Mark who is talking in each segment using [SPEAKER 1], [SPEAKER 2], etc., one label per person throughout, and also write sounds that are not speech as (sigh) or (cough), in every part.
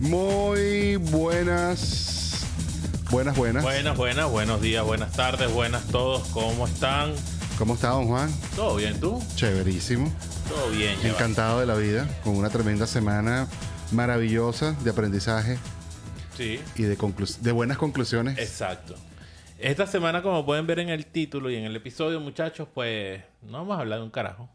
[SPEAKER 1] Muy buenas, buenas, buenas.
[SPEAKER 2] Buenas, buenas, buenos días, buenas tardes, buenas todos. ¿Cómo están?
[SPEAKER 1] ¿Cómo está, don Juan?
[SPEAKER 2] ¿Todo bien tú?
[SPEAKER 1] Chéverísimo.
[SPEAKER 2] Todo bien. ya va.
[SPEAKER 1] Encantado de la vida, con una tremenda semana maravillosa de aprendizaje
[SPEAKER 2] Sí,
[SPEAKER 1] y de, conclus- de buenas conclusiones.
[SPEAKER 2] exacto. Esta semana, como pueden ver en el título y en el episodio, muchachos, pues no vamos a hablar de un carajo.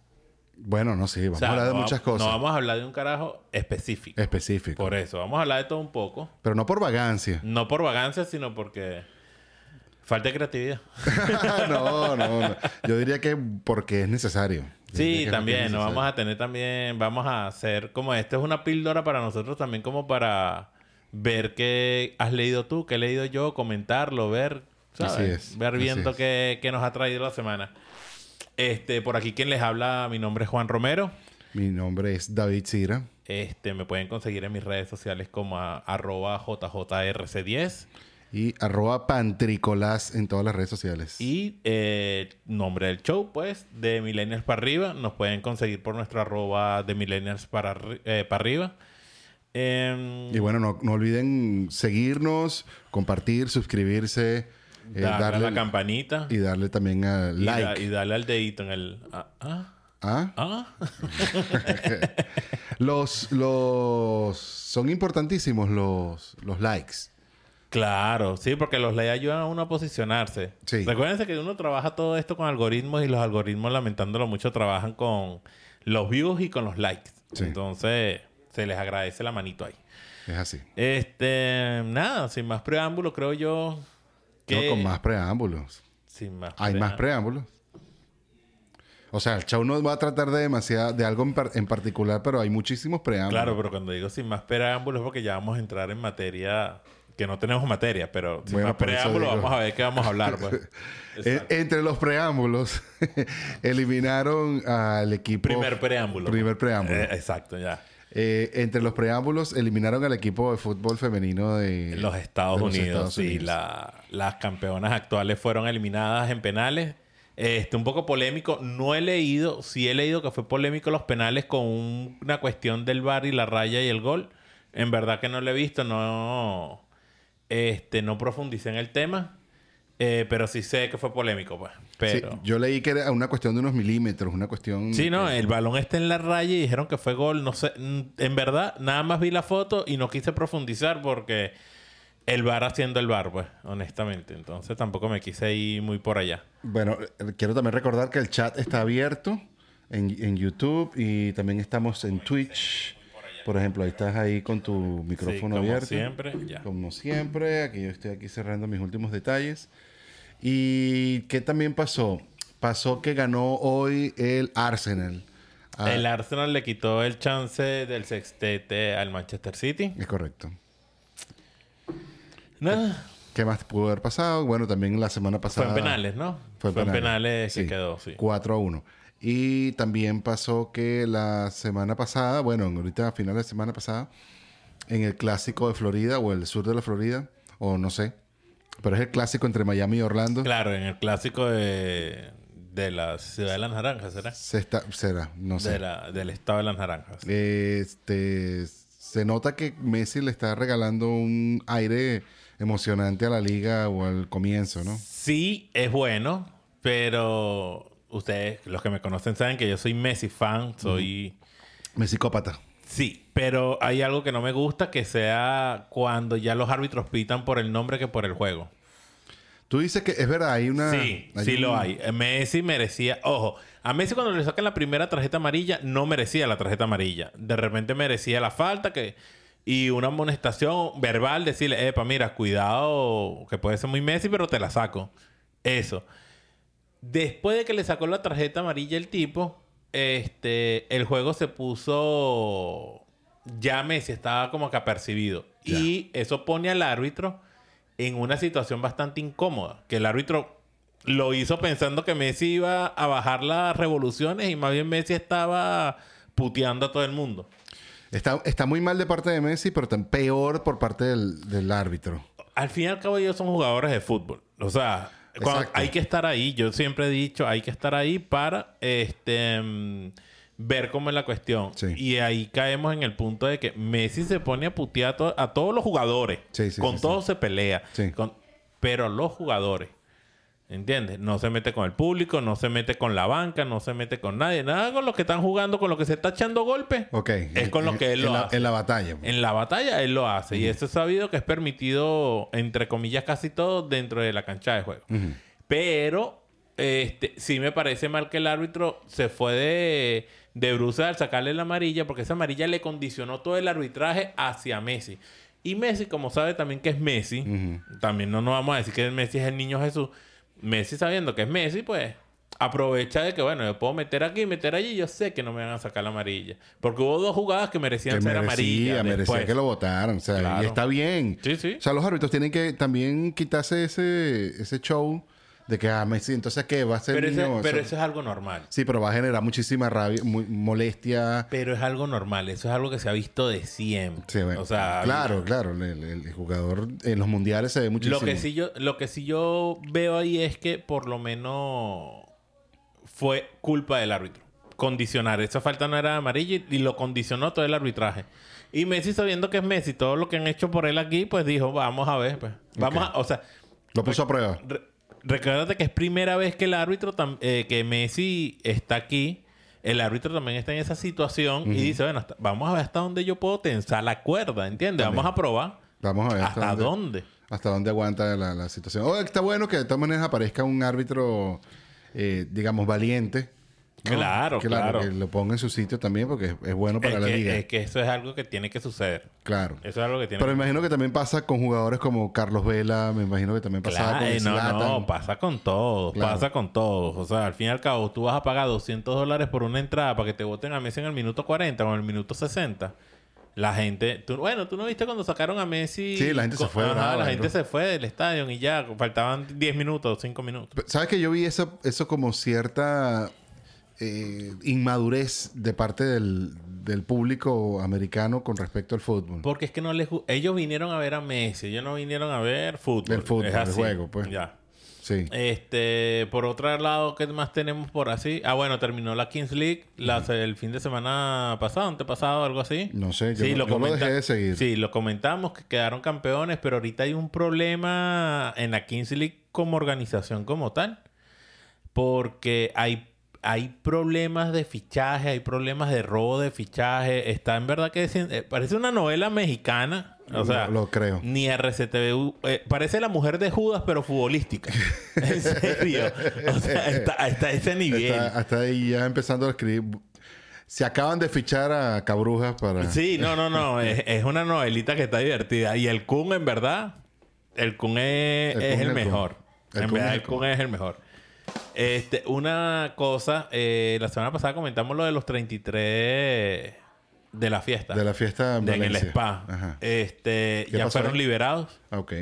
[SPEAKER 1] Bueno, no, sí, vamos
[SPEAKER 2] O sea,
[SPEAKER 1] a hablar de
[SPEAKER 2] no va-
[SPEAKER 1] muchas cosas
[SPEAKER 2] No vamos a hablar de un carajo específico.
[SPEAKER 1] específicas,
[SPEAKER 2] Por eso, vamos a hablar de todo un poco.
[SPEAKER 1] pero no por
[SPEAKER 2] (laughs)
[SPEAKER 1] vagancia. (laughs)
[SPEAKER 2] No por vagancia, sino porque falta de creatividad.
[SPEAKER 1] no, no, no. Yo diría que porque es necesario. Yo diría que
[SPEAKER 2] Sí,
[SPEAKER 1] es
[SPEAKER 2] también.
[SPEAKER 1] necesario.
[SPEAKER 2] Nos vamos a tener también, vamos a hacer como esta es una píldora para nosotros también como para ver qué has leído tú, qué he leído yo, comentarlo, ver, ¿sabes?
[SPEAKER 1] Así es,
[SPEAKER 2] Ver
[SPEAKER 1] así
[SPEAKER 2] viendo
[SPEAKER 1] es.
[SPEAKER 2] qué, qué nos ha traído la semana. Este, por aquí quien les habla, mi nombre es Juan Romero.
[SPEAKER 1] Mi nombre es David Cira.
[SPEAKER 2] Este, me pueden conseguir en mis redes sociales como a- arroba jjrc10
[SPEAKER 1] Y arroba pantricolás en todas las redes sociales.
[SPEAKER 2] y eh, nombre del show, pues, de Millennials para arriba. Nos pueden conseguir por nuestro arroba de Millennials para, arri- eh, para arriba. Em,
[SPEAKER 1] Y eh, bueno, no, no olviden seguirnos, compartir, suscribirse, eh,
[SPEAKER 2] darle, a
[SPEAKER 1] darle
[SPEAKER 2] la campanita
[SPEAKER 1] y darle también a
[SPEAKER 2] y da-
[SPEAKER 1] like.
[SPEAKER 2] y darle al dedito en el... Ah, ah,
[SPEAKER 1] ¿Ah?
[SPEAKER 2] ah.
[SPEAKER 1] Los, los son importantísimos los, los likes.
[SPEAKER 2] Claro, sí, porque los le ayudan a uno a posicionarse.
[SPEAKER 1] Sí.
[SPEAKER 2] Recuérdense que uno trabaja todo esto con algoritmos y los algoritmos, lamentándolo mucho, trabajan con los views y con los likes.
[SPEAKER 1] Sí.
[SPEAKER 2] Entonces, se les agradece la manito ahí.
[SPEAKER 1] Es así.
[SPEAKER 2] Este, nada, sin más preámbulo, creo yo que...
[SPEAKER 1] No, con más preámbulos.
[SPEAKER 2] Sin más
[SPEAKER 1] Hay más
[SPEAKER 2] preámbulo.
[SPEAKER 1] preámbulos. O sea, el show no va a tratar de demasiado, de algo en, par- en particular, pero hay muchísimos preámbulos.
[SPEAKER 2] Claro, pero cuando digo sin más preámbulos es porque ya vamos a entrar en materia que no tenemos materia, pero sin
[SPEAKER 1] Bueno,
[SPEAKER 2] más
[SPEAKER 1] por eso
[SPEAKER 2] preámbulos
[SPEAKER 1] digo.
[SPEAKER 2] vamos a ver qué vamos a hablar.
[SPEAKER 1] (laughs)
[SPEAKER 2] Pues.
[SPEAKER 1] En-
[SPEAKER 2] Exacto.
[SPEAKER 1] Eh, entre los preámbulos, (laughs) eliminaron al equipo.
[SPEAKER 2] Primer preámbulo.
[SPEAKER 1] Primer preámbulo.
[SPEAKER 2] Eh, exacto, ya.
[SPEAKER 1] Eh, entre los preámbulos, eliminaron al equipo de fútbol femenino de
[SPEAKER 2] Los
[SPEAKER 1] Eh,
[SPEAKER 2] Estados
[SPEAKER 1] de los
[SPEAKER 2] Unidos,
[SPEAKER 1] Estados
[SPEAKER 2] sí,
[SPEAKER 1] Unidos.
[SPEAKER 2] la- las campeonas actuales fueron eliminadas en penales. Este, un poco polémico, no he leído, sí he leído que fue polémico los penales con un- una cuestión del bar y la raya y el gol. En verdad que no lo he visto, no, este, no profundicé en el tema, Eh, pero sí sé que fue polémico, pues.
[SPEAKER 1] Sí,
[SPEAKER 2] Pero...
[SPEAKER 1] yo leí que era una cuestión de unos milímetros, una cuestión.
[SPEAKER 2] Sí, no, el balón está en la raya y dijeron que fue gol. No sé, mm, en verdad, nada más vi la foto y no quise profundizar porque el bar haciendo el bar, pues, honestamente. Entonces tampoco me quise ir muy por allá.
[SPEAKER 1] Bueno, eh, quiero también recordar que el chat está abierto en, en YouTube y también estamos en Twitch. Por ejemplo, ahí estás ahí con tu micrófono
[SPEAKER 2] como
[SPEAKER 1] abierto.
[SPEAKER 2] siempre, ya.
[SPEAKER 1] Como siempre, aquí yo estoy aquí cerrando mis últimos detalles. ¿Y qué también pasó? Pasó que ganó hoy el Arsenal. Ah,
[SPEAKER 2] El Arsenal le quitó el chance del sextete al Manchester City.
[SPEAKER 1] Es correcto.
[SPEAKER 2] Nada,
[SPEAKER 1] ¿Qué más pudo haber pasado? Bueno, también la semana
[SPEAKER 2] fue
[SPEAKER 1] pasada.
[SPEAKER 2] en penales, ¿no?
[SPEAKER 1] Ah, Fue en penales.
[SPEAKER 2] que
[SPEAKER 1] Sí.
[SPEAKER 2] quedó, sí.
[SPEAKER 1] 4 a 1. Y también pasó que la semana pasada, bueno, ahorita a final de semana pasada, en el clásico de Florida o el sur de la Florida, o no sé, pero es el clásico entre Miami y Orlando.
[SPEAKER 2] Claro, en el clásico de, de la ciudad de las naranjas, ¿será?
[SPEAKER 1] Se está, será, no
[SPEAKER 2] De
[SPEAKER 1] sé.
[SPEAKER 2] la- del estado de las naranjas.
[SPEAKER 1] Este, se nota que Messi le está regalando un aire emocionante a la liga o al comienzo, ¿no?
[SPEAKER 2] Sí, es bueno, pero ustedes, los que me conocen, saben que yo soy Messi fan, soy...
[SPEAKER 1] Mesicópata.
[SPEAKER 2] Sí, pero hay algo que no me gusta que sea cuando ya los árbitros pitan por el nombre que por el juego.
[SPEAKER 1] Tú dices que es verdad, hay una...
[SPEAKER 2] sí,
[SPEAKER 1] hay
[SPEAKER 2] sí lo
[SPEAKER 1] un-
[SPEAKER 2] hay. Eh, Messi merecía, ojo, a Messi cuando le sacan la primera tarjeta amarilla no merecía la tarjeta amarilla. De repente merecía la falta que y una amonestación verbal decirle, "Epa, mira, cuidado, que puede ser muy Messi, pero te la saco." Eso. Después de que le sacó la tarjeta amarilla el tipo, este, el juego se puso ya Messi estaba como que apercibido
[SPEAKER 1] Ya.
[SPEAKER 2] y eso pone al árbitro en una situación bastante incómoda, que el árbitro lo hizo pensando que Messi iba a bajar las revoluciones y más bien Messi estaba puteando a todo el mundo.
[SPEAKER 1] Está, está muy mal de parte de Messi, pero tan peor por parte del, del árbitro.
[SPEAKER 2] Al fin y al cabo ellos son jugadores de fútbol. O sea, cuando-
[SPEAKER 1] Exacto.
[SPEAKER 2] hay que estar ahí. Yo siempre he dicho, hay que estar ahí para este mm, ver cómo es la cuestión.
[SPEAKER 1] Sí.
[SPEAKER 2] Y ahí caemos en el punto de que Messi se pone a putear a, to- a todos los jugadores.
[SPEAKER 1] Sí, sí,
[SPEAKER 2] con
[SPEAKER 1] sí,
[SPEAKER 2] todos se pelea.
[SPEAKER 1] Sí.
[SPEAKER 2] Con- pero los jugadores. ¿Entiendes? No se mete con el público, no se mete con la banca, no se mete con nadie. Nada con los que están jugando, con los que se está echando golpes.
[SPEAKER 1] Ok.
[SPEAKER 2] Es con lo
[SPEAKER 1] En-
[SPEAKER 2] que él
[SPEAKER 1] en
[SPEAKER 2] lo
[SPEAKER 1] la,
[SPEAKER 2] hace.
[SPEAKER 1] En la batalla. pues.
[SPEAKER 2] En la batalla él lo hace. Y eso es sabido que es permitido, entre comillas, casi todo dentro de la cancha de juego. Pero este, sí me parece mal que el árbitro se fue de, de bruces al sacarle la amarilla, porque esa amarilla le condicionó todo el arbitraje hacia Messi. Y Messi, como sabe también que es Messi, también no nos vamos a decir que Messi es el niño Jesús. Messi sabiendo que es Messi, pues aprovecha de que, bueno, yo puedo meter aquí, meter allí, yo sé que no me van a sacar la amarilla. Porque hubo dos jugadas que merecían
[SPEAKER 1] Que
[SPEAKER 2] ser
[SPEAKER 1] merecía,
[SPEAKER 2] amarillas.
[SPEAKER 1] merecía
[SPEAKER 2] después.
[SPEAKER 1] que lo votaran. O sea,
[SPEAKER 2] Claro.
[SPEAKER 1] y está bien.
[SPEAKER 2] Sí, sí.
[SPEAKER 1] O sea, este los árbitros tienen que también quitarse ese, ese show de que, ah, Messi, entonces, ¿qué? Va a ser
[SPEAKER 2] Pero, ese-
[SPEAKER 1] niño?
[SPEAKER 2] pero
[SPEAKER 1] Eso-
[SPEAKER 2] eso es algo normal.
[SPEAKER 1] Sí, pero va a generar muchísima rabia, mu- molestia.
[SPEAKER 2] Pero es algo normal, eso es algo que se ha visto de siempre.
[SPEAKER 1] Sí, bueno,
[SPEAKER 2] o sea,
[SPEAKER 1] claro, claro. El, el- el jugador en los mundiales se ve muchísimo.
[SPEAKER 2] lo que sí yo lo que sí yo veo ahí es que por lo menos fue culpa del árbitro. Condicionar, esa falta no era amarilla y- y lo condicionó todo el arbitraje. Y Messi sabiendo que es Messi, todo lo que han hecho por él aquí, pues dijo, vamos a ver, pues. Vamos a, o sea,
[SPEAKER 1] Lo puso a prueba.
[SPEAKER 2] Re- Recuérdate que es primera vez que el árbitro, tam- eh, que Messi está aquí. El árbitro también está en esa situación y dice, bueno, hasta- vamos a ver hasta dónde yo puedo tensar la cuerda, ¿entiendes? Vamos a probar
[SPEAKER 1] Vamos a ver.
[SPEAKER 2] hasta
[SPEAKER 1] dónde-
[SPEAKER 2] dónde.
[SPEAKER 1] hasta dónde aguanta la, la situación. O está bueno que de todas maneras aparezca un árbitro, eh, digamos, valiente. ¿no?
[SPEAKER 2] Claro, claro.
[SPEAKER 1] Que lo ponga en su sitio también porque es, es bueno para
[SPEAKER 2] Es
[SPEAKER 1] la liga.
[SPEAKER 2] que, es que eso es algo que tiene que suceder.
[SPEAKER 1] Claro.
[SPEAKER 2] Eso es algo que tiene
[SPEAKER 1] Pero me
[SPEAKER 2] que
[SPEAKER 1] imagino que también pasa con jugadores como Carlos Vela, me imagino que también pasaba
[SPEAKER 2] Claro,
[SPEAKER 1] con
[SPEAKER 2] eh, no,
[SPEAKER 1] Zlatan.
[SPEAKER 2] no, pasa con todos,
[SPEAKER 1] Claro.
[SPEAKER 2] pasa con todos. O sea, al fin y al cabo, tú vas a pagar 200 dólares por una entrada para que te voten a Messi en el minuto 40 o en el minuto 60. La gente, tú- bueno, tú no viste cuando sacaron a Messi.
[SPEAKER 1] Sí, la gente se
[SPEAKER 2] Con-
[SPEAKER 1] fue
[SPEAKER 2] Ajá,
[SPEAKER 1] brava,
[SPEAKER 2] la
[SPEAKER 1] ¿no?
[SPEAKER 2] gente se fue del estadio y ya faltaban 10 minutos, 5 minutos.
[SPEAKER 1] Pero, ¿Sabes que yo vi eso, eso como cierta eh, inmadurez de parte del, del público americano con respecto al fútbol?
[SPEAKER 2] Porque es que no les gu- ellos vinieron a ver a Messi, ellos no vinieron a ver fútbol.
[SPEAKER 1] El fútbol,
[SPEAKER 2] Es
[SPEAKER 1] el
[SPEAKER 2] así.
[SPEAKER 1] juego, pues.
[SPEAKER 2] Ya.
[SPEAKER 1] Sí.
[SPEAKER 2] Este, por otro lado, ¿qué más tenemos por así? Ah, bueno, terminó la Kings League la- el fin de semana pasado, antepasado, algo así.
[SPEAKER 1] No sé, yo no- yo lo
[SPEAKER 2] comenta-
[SPEAKER 1] dejé de seguir.
[SPEAKER 2] Sí, lo comentamos que quedaron campeones, pero ahorita hay un problema en la Kings League como organización como tal. Porque hay, hay problemas de fichaje, hay problemas de robo de fichaje. Está en verdad que es- eh, parece una novela mexicana. O sea,
[SPEAKER 1] Lo- lo creo.
[SPEAKER 2] ni RCTV. eh, parece la mujer de Judas, pero
[SPEAKER 1] (laughs)
[SPEAKER 2] futbolística. en serio. O sea, está, está ese nivel.
[SPEAKER 1] Está, hasta ahí ya empezando a escribir. Se acaban de fichar a Cabrujas para.
[SPEAKER 2] Sí, no, no, no. es, es una novelita que está divertida. Y el Kun, en verdad, el Kun es
[SPEAKER 1] El
[SPEAKER 2] es
[SPEAKER 1] Kun es
[SPEAKER 2] el
[SPEAKER 1] el Kun.
[SPEAKER 2] mejor.
[SPEAKER 1] El
[SPEAKER 2] en
[SPEAKER 1] Kun
[SPEAKER 2] verdad,
[SPEAKER 1] es el
[SPEAKER 2] el Kun es el mejor. Este, una cosa, eh, la semana pasada comentamos lo de los 33 de la fiesta.
[SPEAKER 1] De la fiesta en
[SPEAKER 2] de en el
[SPEAKER 1] Valencia.
[SPEAKER 2] spa.
[SPEAKER 1] Ajá.
[SPEAKER 2] Este,
[SPEAKER 1] ¿Qué
[SPEAKER 2] ya
[SPEAKER 1] pasó
[SPEAKER 2] fueron
[SPEAKER 1] ahí?
[SPEAKER 2] liberados.
[SPEAKER 1] Ah, Ok.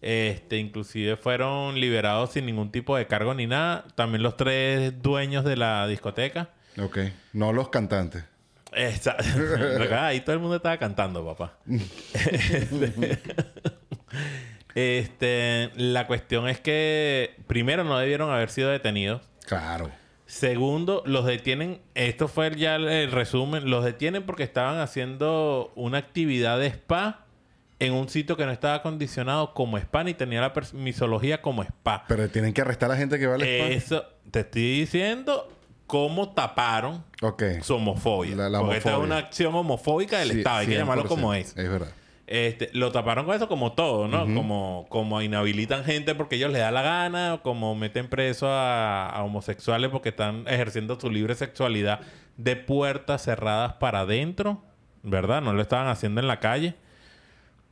[SPEAKER 2] Este, inclusive fueron liberados sin ningún tipo de cargo ni nada. También los tres dueños de la discoteca.
[SPEAKER 1] Ok. No los cantantes.
[SPEAKER 2] Esa- (laughs) Acá, Ahí todo el mundo estaba cantando, papá. (laughs) este, este, la cuestión es que, primero, no debieron haber sido detenidos.
[SPEAKER 1] Claro.
[SPEAKER 2] Segundo, los detienen. Esto fue ya el, el resumen. Los detienen porque estaban haciendo una actividad de spa en un sitio que no estaba acondicionado como spa ni tenía la misología como spa.
[SPEAKER 1] Pero tienen que arrestar a la gente que va al spa.
[SPEAKER 2] Eso te estoy diciendo cómo taparon
[SPEAKER 1] Ok.
[SPEAKER 2] su homofobia.
[SPEAKER 1] La- la
[SPEAKER 2] porque esta es
[SPEAKER 1] homofobia.
[SPEAKER 2] una acción homofóbica del
[SPEAKER 1] Sí,
[SPEAKER 2] Estado. Hay que llamarlo como
[SPEAKER 1] 100%.
[SPEAKER 2] es.
[SPEAKER 1] Es verdad.
[SPEAKER 2] Este, lo taparon con eso como todo, ¿no? como, como inhabilitan gente porque ellos les da la gana, o como meten preso a, a homosexuales porque están ejerciendo su libre sexualidad de puertas cerradas para adentro, ¿verdad? No lo estaban haciendo en la calle.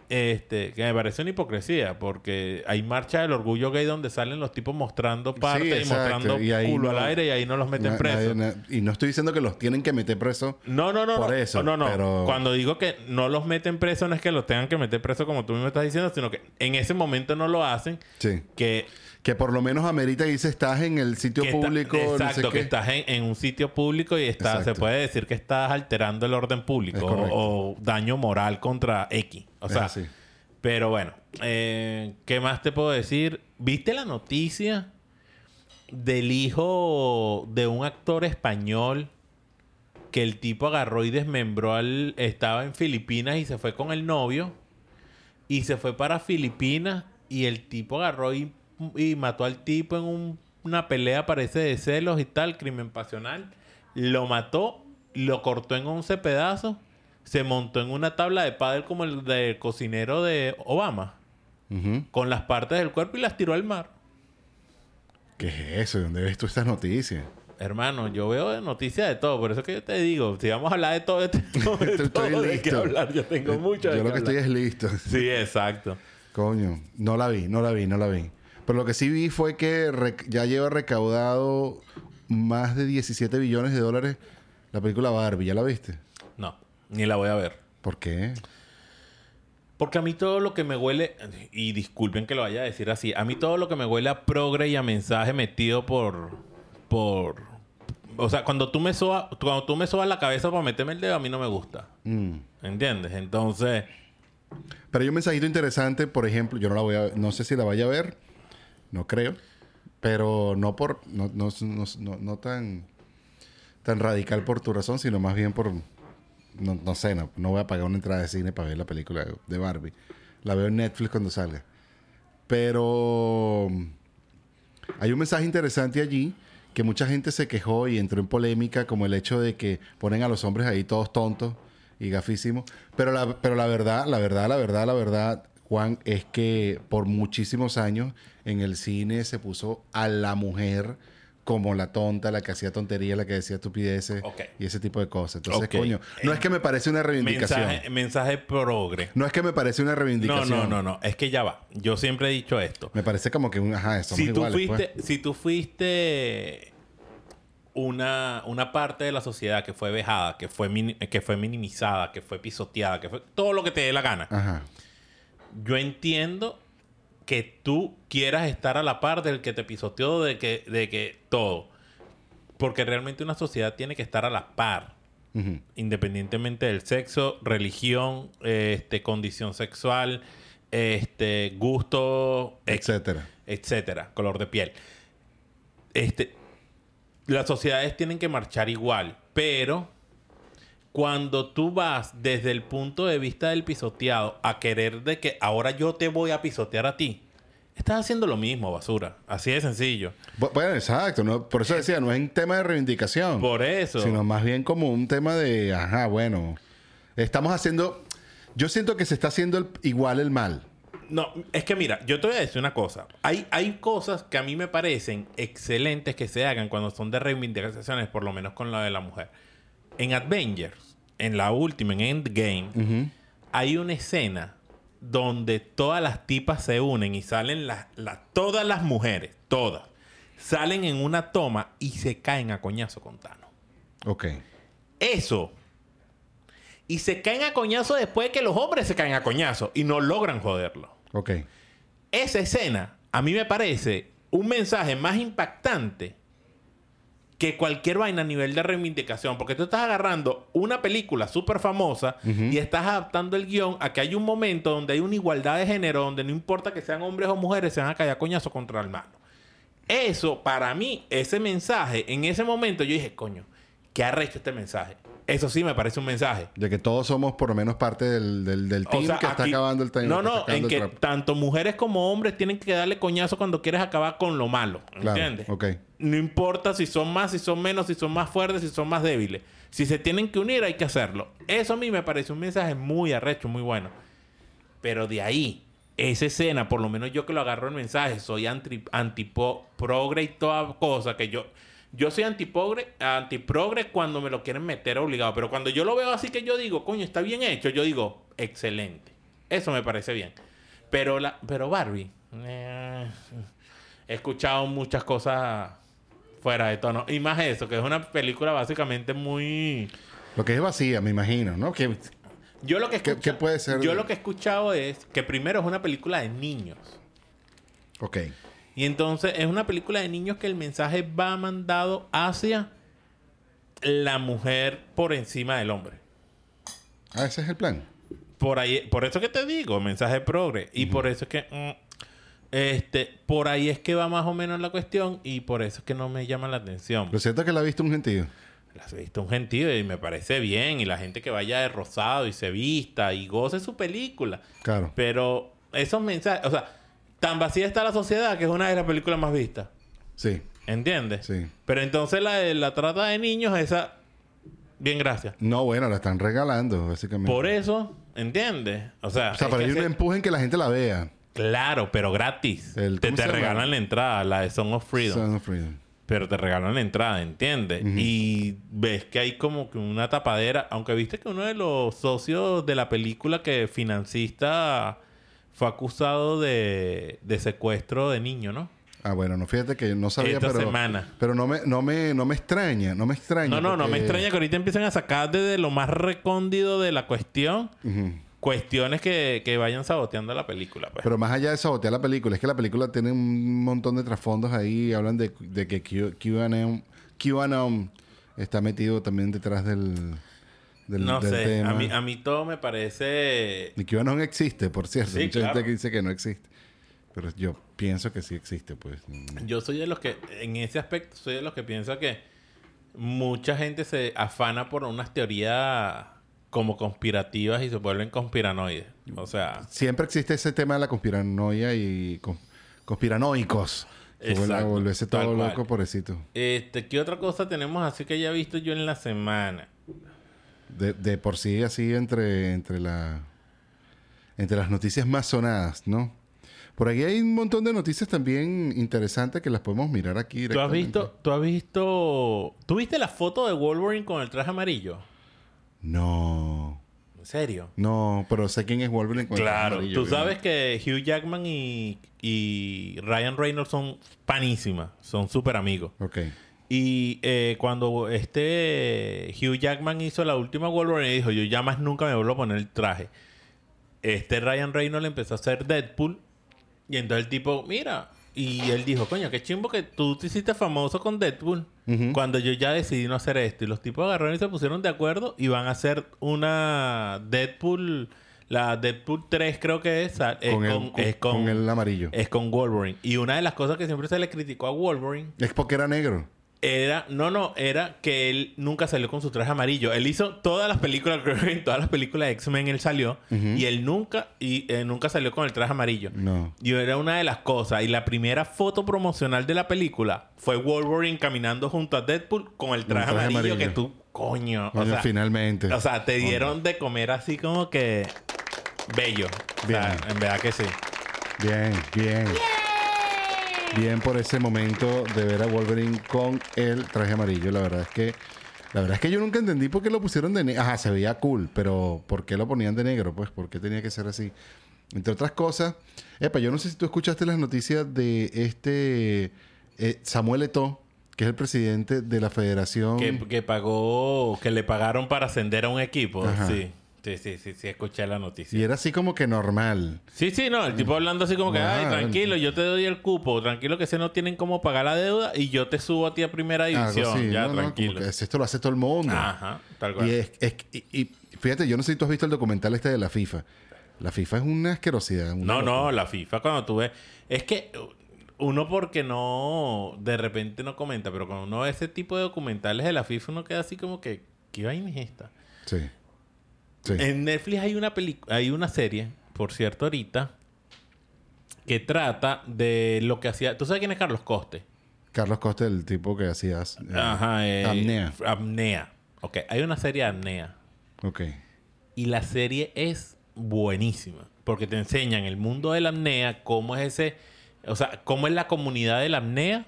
[SPEAKER 2] Este, que me parece una hipocresía, porque hay marcha del orgullo gay donde salen los tipos mostrando
[SPEAKER 1] Sí,
[SPEAKER 2] partes y
[SPEAKER 1] exacto.
[SPEAKER 2] mostrando
[SPEAKER 1] Y ahí
[SPEAKER 2] culo
[SPEAKER 1] no-
[SPEAKER 2] al aire y ahí no los meten
[SPEAKER 1] Na-
[SPEAKER 2] presos.
[SPEAKER 1] nadie- na- y no estoy diciendo que los tienen que meter preso.
[SPEAKER 2] No, no, no.
[SPEAKER 1] Por
[SPEAKER 2] no.
[SPEAKER 1] eso,
[SPEAKER 2] No, no.
[SPEAKER 1] pero-
[SPEAKER 2] Cuando digo que no los meten preso, no es que los tengan que meter preso como tú mismo estás diciendo, sino que en ese momento no lo hacen.
[SPEAKER 1] Sí.
[SPEAKER 2] Que,
[SPEAKER 1] Que por lo menos amerita que dice estás en el sitio
[SPEAKER 2] que está-
[SPEAKER 1] público. no sé
[SPEAKER 2] exacto, que
[SPEAKER 1] qué.
[SPEAKER 2] estás en, en un sitio público y está, se
[SPEAKER 1] Exacto.
[SPEAKER 2] puede decir que estás alterando el orden
[SPEAKER 1] Es
[SPEAKER 2] público
[SPEAKER 1] correcto.
[SPEAKER 2] o, o daño moral contra X. O
[SPEAKER 1] Es
[SPEAKER 2] sea,
[SPEAKER 1] así.
[SPEAKER 2] pero bueno, eh, ¿qué más te puedo decir? ¿Viste la noticia del hijo de un actor español que el tipo agarró y desmembró al... Estaba en Filipinas y se fue con el novio. Y se fue para Filipinas y el tipo agarró y, y mató al tipo en un- una pelea, parece, de celos y tal, crimen pasional. Lo mató, lo cortó en 11 pedazos, se montó en una tabla de pádel como el del cocinero de Obama,
[SPEAKER 1] Ujú.
[SPEAKER 2] con las partes del cuerpo y las tiró al mar.
[SPEAKER 1] ¿Qué es eso? ¿De dónde ves tú estas noticias?
[SPEAKER 2] Hermano, yo veo de noticias de todo, por eso es que yo te digo, si vamos a hablar de todo, (laughs) de todo, de
[SPEAKER 1] Estoy
[SPEAKER 2] todo, de qué
[SPEAKER 1] listo.
[SPEAKER 2] hablar, yo tengo mucho
[SPEAKER 1] Yo
[SPEAKER 2] de
[SPEAKER 1] lo
[SPEAKER 2] qué
[SPEAKER 1] que
[SPEAKER 2] hablar.
[SPEAKER 1] estoy es listo.
[SPEAKER 2] Sí, exacto.
[SPEAKER 1] Coño, no la vi, no la vi, no la vi. Pero lo que sí vi fue que rec- ya lleva recaudado más de 17 billones de dólares la película Barbie. ¿Ya la viste?
[SPEAKER 2] No, ni la voy a ver.
[SPEAKER 1] ¿Por qué?
[SPEAKER 2] Porque a mí todo lo que me huele, y disculpen que lo vaya a decir así, a mí todo lo que me huele a progre y a mensaje metido por. por. O sea, cuando tú me sobas, cuando tú me sobas la cabeza para meterme el dedo, a mí no me gusta.
[SPEAKER 1] Mm.
[SPEAKER 2] ¿Entiendes? Entonces,
[SPEAKER 1] Pero hay un mensajito interesante, por ejemplo, yo no la voy a no sé si la vaya a ver, no creo, pero no por no, no, no, no- no tan tan radical por tu razón, sino más bien por no, no sé, no, no voy a pagar una entrada de cine para ver la película de Barbie. La veo en Netflix cuando salga. Pero mm, hay un mensaje interesante allí que mucha gente se quejó y entró en polémica como el hecho de que ponen a los hombres ahí todos tontos y gafísimos. Pero la, pero la verdad, la verdad, la verdad, la verdad, Juan, es que por muchísimos años en el cine se puso a la mujer como la tonta, la que hacía tonterías, la que decía estupideces
[SPEAKER 2] Ok.
[SPEAKER 1] y ese tipo de cosas. Entonces,
[SPEAKER 2] Ok.
[SPEAKER 1] coño, no es que me parece una reivindicación.
[SPEAKER 2] mensaje, mensaje progre.
[SPEAKER 1] No es que me parece una
[SPEAKER 2] No,
[SPEAKER 1] reivindicación.
[SPEAKER 2] no, no, no. Es que ya va. Yo siempre he dicho esto.
[SPEAKER 1] Me parece como que un ajá, somos
[SPEAKER 2] si tú
[SPEAKER 1] iguales, pues.
[SPEAKER 2] fuiste, si tú fuiste una, una parte de la sociedad que fue vejada, que fue mini- que fue minimizada, que fue pisoteada, que fue todo lo que te dé la gana.
[SPEAKER 1] pues. Ajá.
[SPEAKER 2] Yo entiendo que tú quieras estar a la par del que te pisoteó, de que, de que todo. Porque realmente una sociedad tiene que estar a la par. Eh.
[SPEAKER 1] Ujú.
[SPEAKER 2] Independientemente del sexo, religión, este, condición sexual, este, gusto, etc
[SPEAKER 1] Etcétera.
[SPEAKER 2] etcétera, color de piel. Este, las sociedades tienen que marchar igual, pero cuando tú vas desde el punto de vista del pisoteado a querer de que ahora yo te voy a pisotear a ti, estás haciendo lo mismo, basura. Así de sencillo.
[SPEAKER 1] Bu- Bueno, exacto. ¿no? Por eso decía, no es un tema de reivindicación.
[SPEAKER 2] Por eso.
[SPEAKER 1] Sino más bien como un tema de, ajá, bueno, estamos haciendo... Yo siento que se está haciendo el- igual el mal.
[SPEAKER 2] No, es que mira, yo te voy a decir una cosa. Hay, hay cosas que a mí me parecen excelentes que se hagan cuando son de reivindicaciones, por lo menos con la de la mujer. En Avengers, en la última, en Endgame, hay una escena donde todas las tipas se unen y salen las, las- todas las mujeres, todas, salen en una toma y se caen a coñazo con Thanos.
[SPEAKER 1] Ok.
[SPEAKER 2] Eso. Y se caen a coñazo después de que los hombres se caen a coñazo y no logran joderlo.
[SPEAKER 1] Ok.
[SPEAKER 2] Esa escena a mí me parece un mensaje más impactante que cualquier vaina a nivel de reivindicación. Porque tú estás agarrando una película súper famosa y estás adaptando el guión a que hay un momento donde hay una igualdad de género, donde no importa que sean hombres o mujeres, se van a callar coñazo contra el mano. Eso, para mí, ese mensaje, en ese momento yo dije, coño, ¿qué ha hecho este mensaje? Eso sí me parece un mensaje.
[SPEAKER 1] De que todos somos por lo menos parte del, del, del
[SPEAKER 2] O
[SPEAKER 1] team
[SPEAKER 2] sea,
[SPEAKER 1] que está
[SPEAKER 2] aquí-
[SPEAKER 1] acabando el time.
[SPEAKER 2] No,
[SPEAKER 1] que está
[SPEAKER 2] no,
[SPEAKER 1] acabando
[SPEAKER 2] en
[SPEAKER 1] el
[SPEAKER 2] que
[SPEAKER 1] trap.
[SPEAKER 2] tanto mujeres como hombres tienen que darle coñazo cuando quieres acabar con lo malo.
[SPEAKER 1] Claro,
[SPEAKER 2] ¿Entiendes?
[SPEAKER 1] ok.
[SPEAKER 2] No importa si son más, si son menos, si son más fuertes, si son más débiles. Si se tienen que unir, hay que hacerlo. Eso a mí me parece un mensaje muy arrecho, muy bueno. Pero de ahí, esa escena, por lo menos yo que lo agarro el mensaje, soy antri- antipo- progre y toda cosa que yo. Yo soy antipogre, antiprogre cuando me lo quieren meter obligado. Pero cuando yo lo veo así que yo digo, coño, está bien hecho, yo digo, excelente. Eso me parece bien. Pero la, pero Barbie, eh, he escuchado muchas cosas fuera de tono. Y más eso, que es una película básicamente muy.
[SPEAKER 1] Lo que es vacía, me imagino, ¿no? Que,
[SPEAKER 2] Yo lo que
[SPEAKER 1] ¿Qué-
[SPEAKER 2] escucha-
[SPEAKER 1] qué puede ser?
[SPEAKER 2] Yo lo que he escuchado es que primero es una película de niños.
[SPEAKER 1] ok.
[SPEAKER 2] Y entonces es una película de niños que el mensaje va mandado hacia la mujer por encima del hombre.
[SPEAKER 1] Ah, ese es el plan.
[SPEAKER 2] Por ahí, por eso que te digo, mensaje progre. Y por eso es que mm, este, por ahí es que va más o menos la cuestión, y por eso es que no me llama la atención.
[SPEAKER 1] Lo cierto es que la ha visto un gentío.
[SPEAKER 2] las viste un gentío y me parece bien. Y la gente que vaya de rosado y se vista y goce su película.
[SPEAKER 1] Claro.
[SPEAKER 2] Pero esos mensajes, o sea, tan vacía está la sociedad que es una de las películas más vistas.
[SPEAKER 1] Sí.
[SPEAKER 2] ¿Entiendes?
[SPEAKER 1] Sí.
[SPEAKER 2] Pero entonces la, de la trata de niños, esa, bien, gracias.
[SPEAKER 1] No, bueno, la están regalando, básicamente.
[SPEAKER 2] Por eso, ¿entiendes? O sea,
[SPEAKER 1] o sea,
[SPEAKER 2] hay
[SPEAKER 1] para
[SPEAKER 2] que
[SPEAKER 1] ellos le
[SPEAKER 2] hacer-
[SPEAKER 1] empujen que la gente la vea.
[SPEAKER 2] claro, pero gratis.
[SPEAKER 1] El-
[SPEAKER 2] te
[SPEAKER 1] ¿cómo
[SPEAKER 2] te
[SPEAKER 1] se llama?
[SPEAKER 2] regalan la entrada, la de Song of Freedom.
[SPEAKER 1] Son of Freedom.
[SPEAKER 2] Pero te regalan la entrada, ¿entiendes? Y ves que hay como que una tapadera. Aunque viste que uno de los socios de la película que financista fue acusado de, de secuestro de niño, ¿no?
[SPEAKER 1] Ah, bueno, no fíjate que no sabía,
[SPEAKER 2] Esta
[SPEAKER 1] pero.
[SPEAKER 2] semana.
[SPEAKER 1] Pero no me, no me, no me extraña, no me extraña.
[SPEAKER 2] No, no, no me
[SPEAKER 1] porque-
[SPEAKER 2] extraña que ahorita empiecen a sacar desde lo más recóndido de la cuestión
[SPEAKER 1] Ujú.
[SPEAKER 2] cuestiones que, que vayan saboteando la película. Pues.
[SPEAKER 1] Pero más allá de sabotear la película, es que la película tiene un montón de trasfondos ahí. Hablan de, de que Q- QAnon, QAnon está metido también detrás del, del,
[SPEAKER 2] no
[SPEAKER 1] del
[SPEAKER 2] sé,
[SPEAKER 1] tema.
[SPEAKER 2] a mí, a mí todo me parece...
[SPEAKER 1] Y QAnon existe, por cierto.
[SPEAKER 2] Sí,
[SPEAKER 1] Mucha
[SPEAKER 2] claro.
[SPEAKER 1] gente que dice que no existe. Pero yo pienso que sí existe, pues. Mm.
[SPEAKER 2] Yo soy de los que, en ese aspecto, soy de los que piensa que mucha gente se afana por unas teorías como conspirativas y se vuelven conspiranoides. O sea,
[SPEAKER 1] Siempre existe ese tema de la conspiranoia y con- conspiranoicos. Que vuelve a
[SPEAKER 2] Exacto,
[SPEAKER 1] volverse
[SPEAKER 2] tal
[SPEAKER 1] todo
[SPEAKER 2] cual.
[SPEAKER 1] loco, pobrecito.
[SPEAKER 2] este, ¿qué otra cosa tenemos así que haya visto yo en la semana?
[SPEAKER 1] De, de por sí así entre, entre la entre las noticias más sonadas, ¿no? Por ahí hay un montón de noticias también interesantes que las podemos mirar aquí
[SPEAKER 2] ¿Tú has
[SPEAKER 1] directamente.
[SPEAKER 2] visto, tú has visto, tú viste la foto de Wolverine con el traje amarillo?
[SPEAKER 1] No.
[SPEAKER 2] ¿En serio?
[SPEAKER 1] No, pero sé quién es Wolverine. con el
[SPEAKER 2] Claro,
[SPEAKER 1] Pues, amarillo,
[SPEAKER 2] tú
[SPEAKER 1] ¿verdad?
[SPEAKER 2] sabes que Hugh Jackman y, y Ryan Reynolds son panísimas, son súper amigos.
[SPEAKER 1] Ok.
[SPEAKER 2] Y eh, cuando este Hugh Jackman hizo la última Wolverine, dijo, yo ya más nunca me vuelvo a poner el traje. Este Ryan Reynolds empezó a hacer Deadpool. Y entonces el tipo, mira. Y él dijo, coño, qué chimbo que tú te hiciste famoso con Deadpool.
[SPEAKER 1] Ujú.
[SPEAKER 2] Cuando yo ya decidí no hacer esto. Y los tipos agarraron y se pusieron de acuerdo y van a hacer una Deadpool... La Deadpool 3 creo que es. sa- Es
[SPEAKER 1] con,
[SPEAKER 2] con,
[SPEAKER 1] el, con,
[SPEAKER 2] es con-
[SPEAKER 1] con el amarillo. Es,
[SPEAKER 2] es con Wolverine. Y una de las cosas que siempre se le criticó a Wolverine
[SPEAKER 1] porque era negro.
[SPEAKER 2] era, no, no, era que él nunca salió con su traje amarillo. Él hizo todas las películas, (laughs) creo que en todas las películas de X-Men él salió y él nunca, y eh, nunca salió con el traje amarillo.
[SPEAKER 1] No.
[SPEAKER 2] Y era una de las cosas. Y la primera foto promocional de la película fue Wolverine caminando junto a Deadpool con el traje,
[SPEAKER 1] traje
[SPEAKER 2] amarillo,
[SPEAKER 1] amarillo.
[SPEAKER 2] que tú, coño.
[SPEAKER 1] Coño,
[SPEAKER 2] o, sea,
[SPEAKER 1] finalmente.
[SPEAKER 2] o sea, te dieron de comer así como que bello. O sea,
[SPEAKER 1] Bien.
[SPEAKER 2] en verdad que sí.
[SPEAKER 1] Bien, bien. Bien por ese momento de ver a Wolverine con el traje amarillo. La verdad es que la verdad es que yo nunca entendí por qué lo pusieron de negro. Ajá, se veía cool, pero ¿por qué lo ponían de negro? Pues, ¿por qué tenía que ser así? Entre otras cosas, epa, yo no sé si tú escuchaste las noticias de este eh, Samuel Eto'o, que es el presidente de la Federación.
[SPEAKER 2] Que, que pagó, que le pagaron para ascender a un equipo.
[SPEAKER 1] Ajá.
[SPEAKER 2] Sí. Sí, sí, sí, sí, escuché la noticia.
[SPEAKER 1] Y era así como que normal.
[SPEAKER 2] Sí, sí, no, el tipo hablando así como que,
[SPEAKER 1] Ah,
[SPEAKER 2] ay, tranquilo, yo te doy el cupo, tranquilo que se no tienen cómo pagar la deuda y yo te subo a ti a primera división,
[SPEAKER 1] Algo así,
[SPEAKER 2] ya
[SPEAKER 1] ¿no? No, como
[SPEAKER 2] tranquilo. Ah,
[SPEAKER 1] que esto lo hace todo el mundo.
[SPEAKER 2] Ajá, tal cual.
[SPEAKER 1] Y, es- es- y- y fíjate, yo no sé si tú has visto el documental este de la FIFA. La FIFA es una asquerosidad. una
[SPEAKER 2] No,
[SPEAKER 1] locura.
[SPEAKER 2] no, la FIFA cuando tú ves, es que uno porque no, de repente no comenta, pero cuando uno ve ese tipo de documentales de la FIFA uno queda así como que, ¿qué vaina es esta?
[SPEAKER 1] Sí. Sí.
[SPEAKER 2] En Netflix hay una película, hay una serie, por cierto, ahorita, que trata de lo que hacía, ¿tú sabes quién es Carlos Coste?
[SPEAKER 1] Carlos Costa, el tipo que hacías. eh,
[SPEAKER 2] Ajá, eh,
[SPEAKER 1] Apnea.
[SPEAKER 2] f- Apnea. Ok, hay una serie de apnea.
[SPEAKER 1] Ok.
[SPEAKER 2] Y la serie es buenísima. Porque te enseñan el mundo de la apnea, cómo es ese. O sea, cómo es la comunidad de la apnea.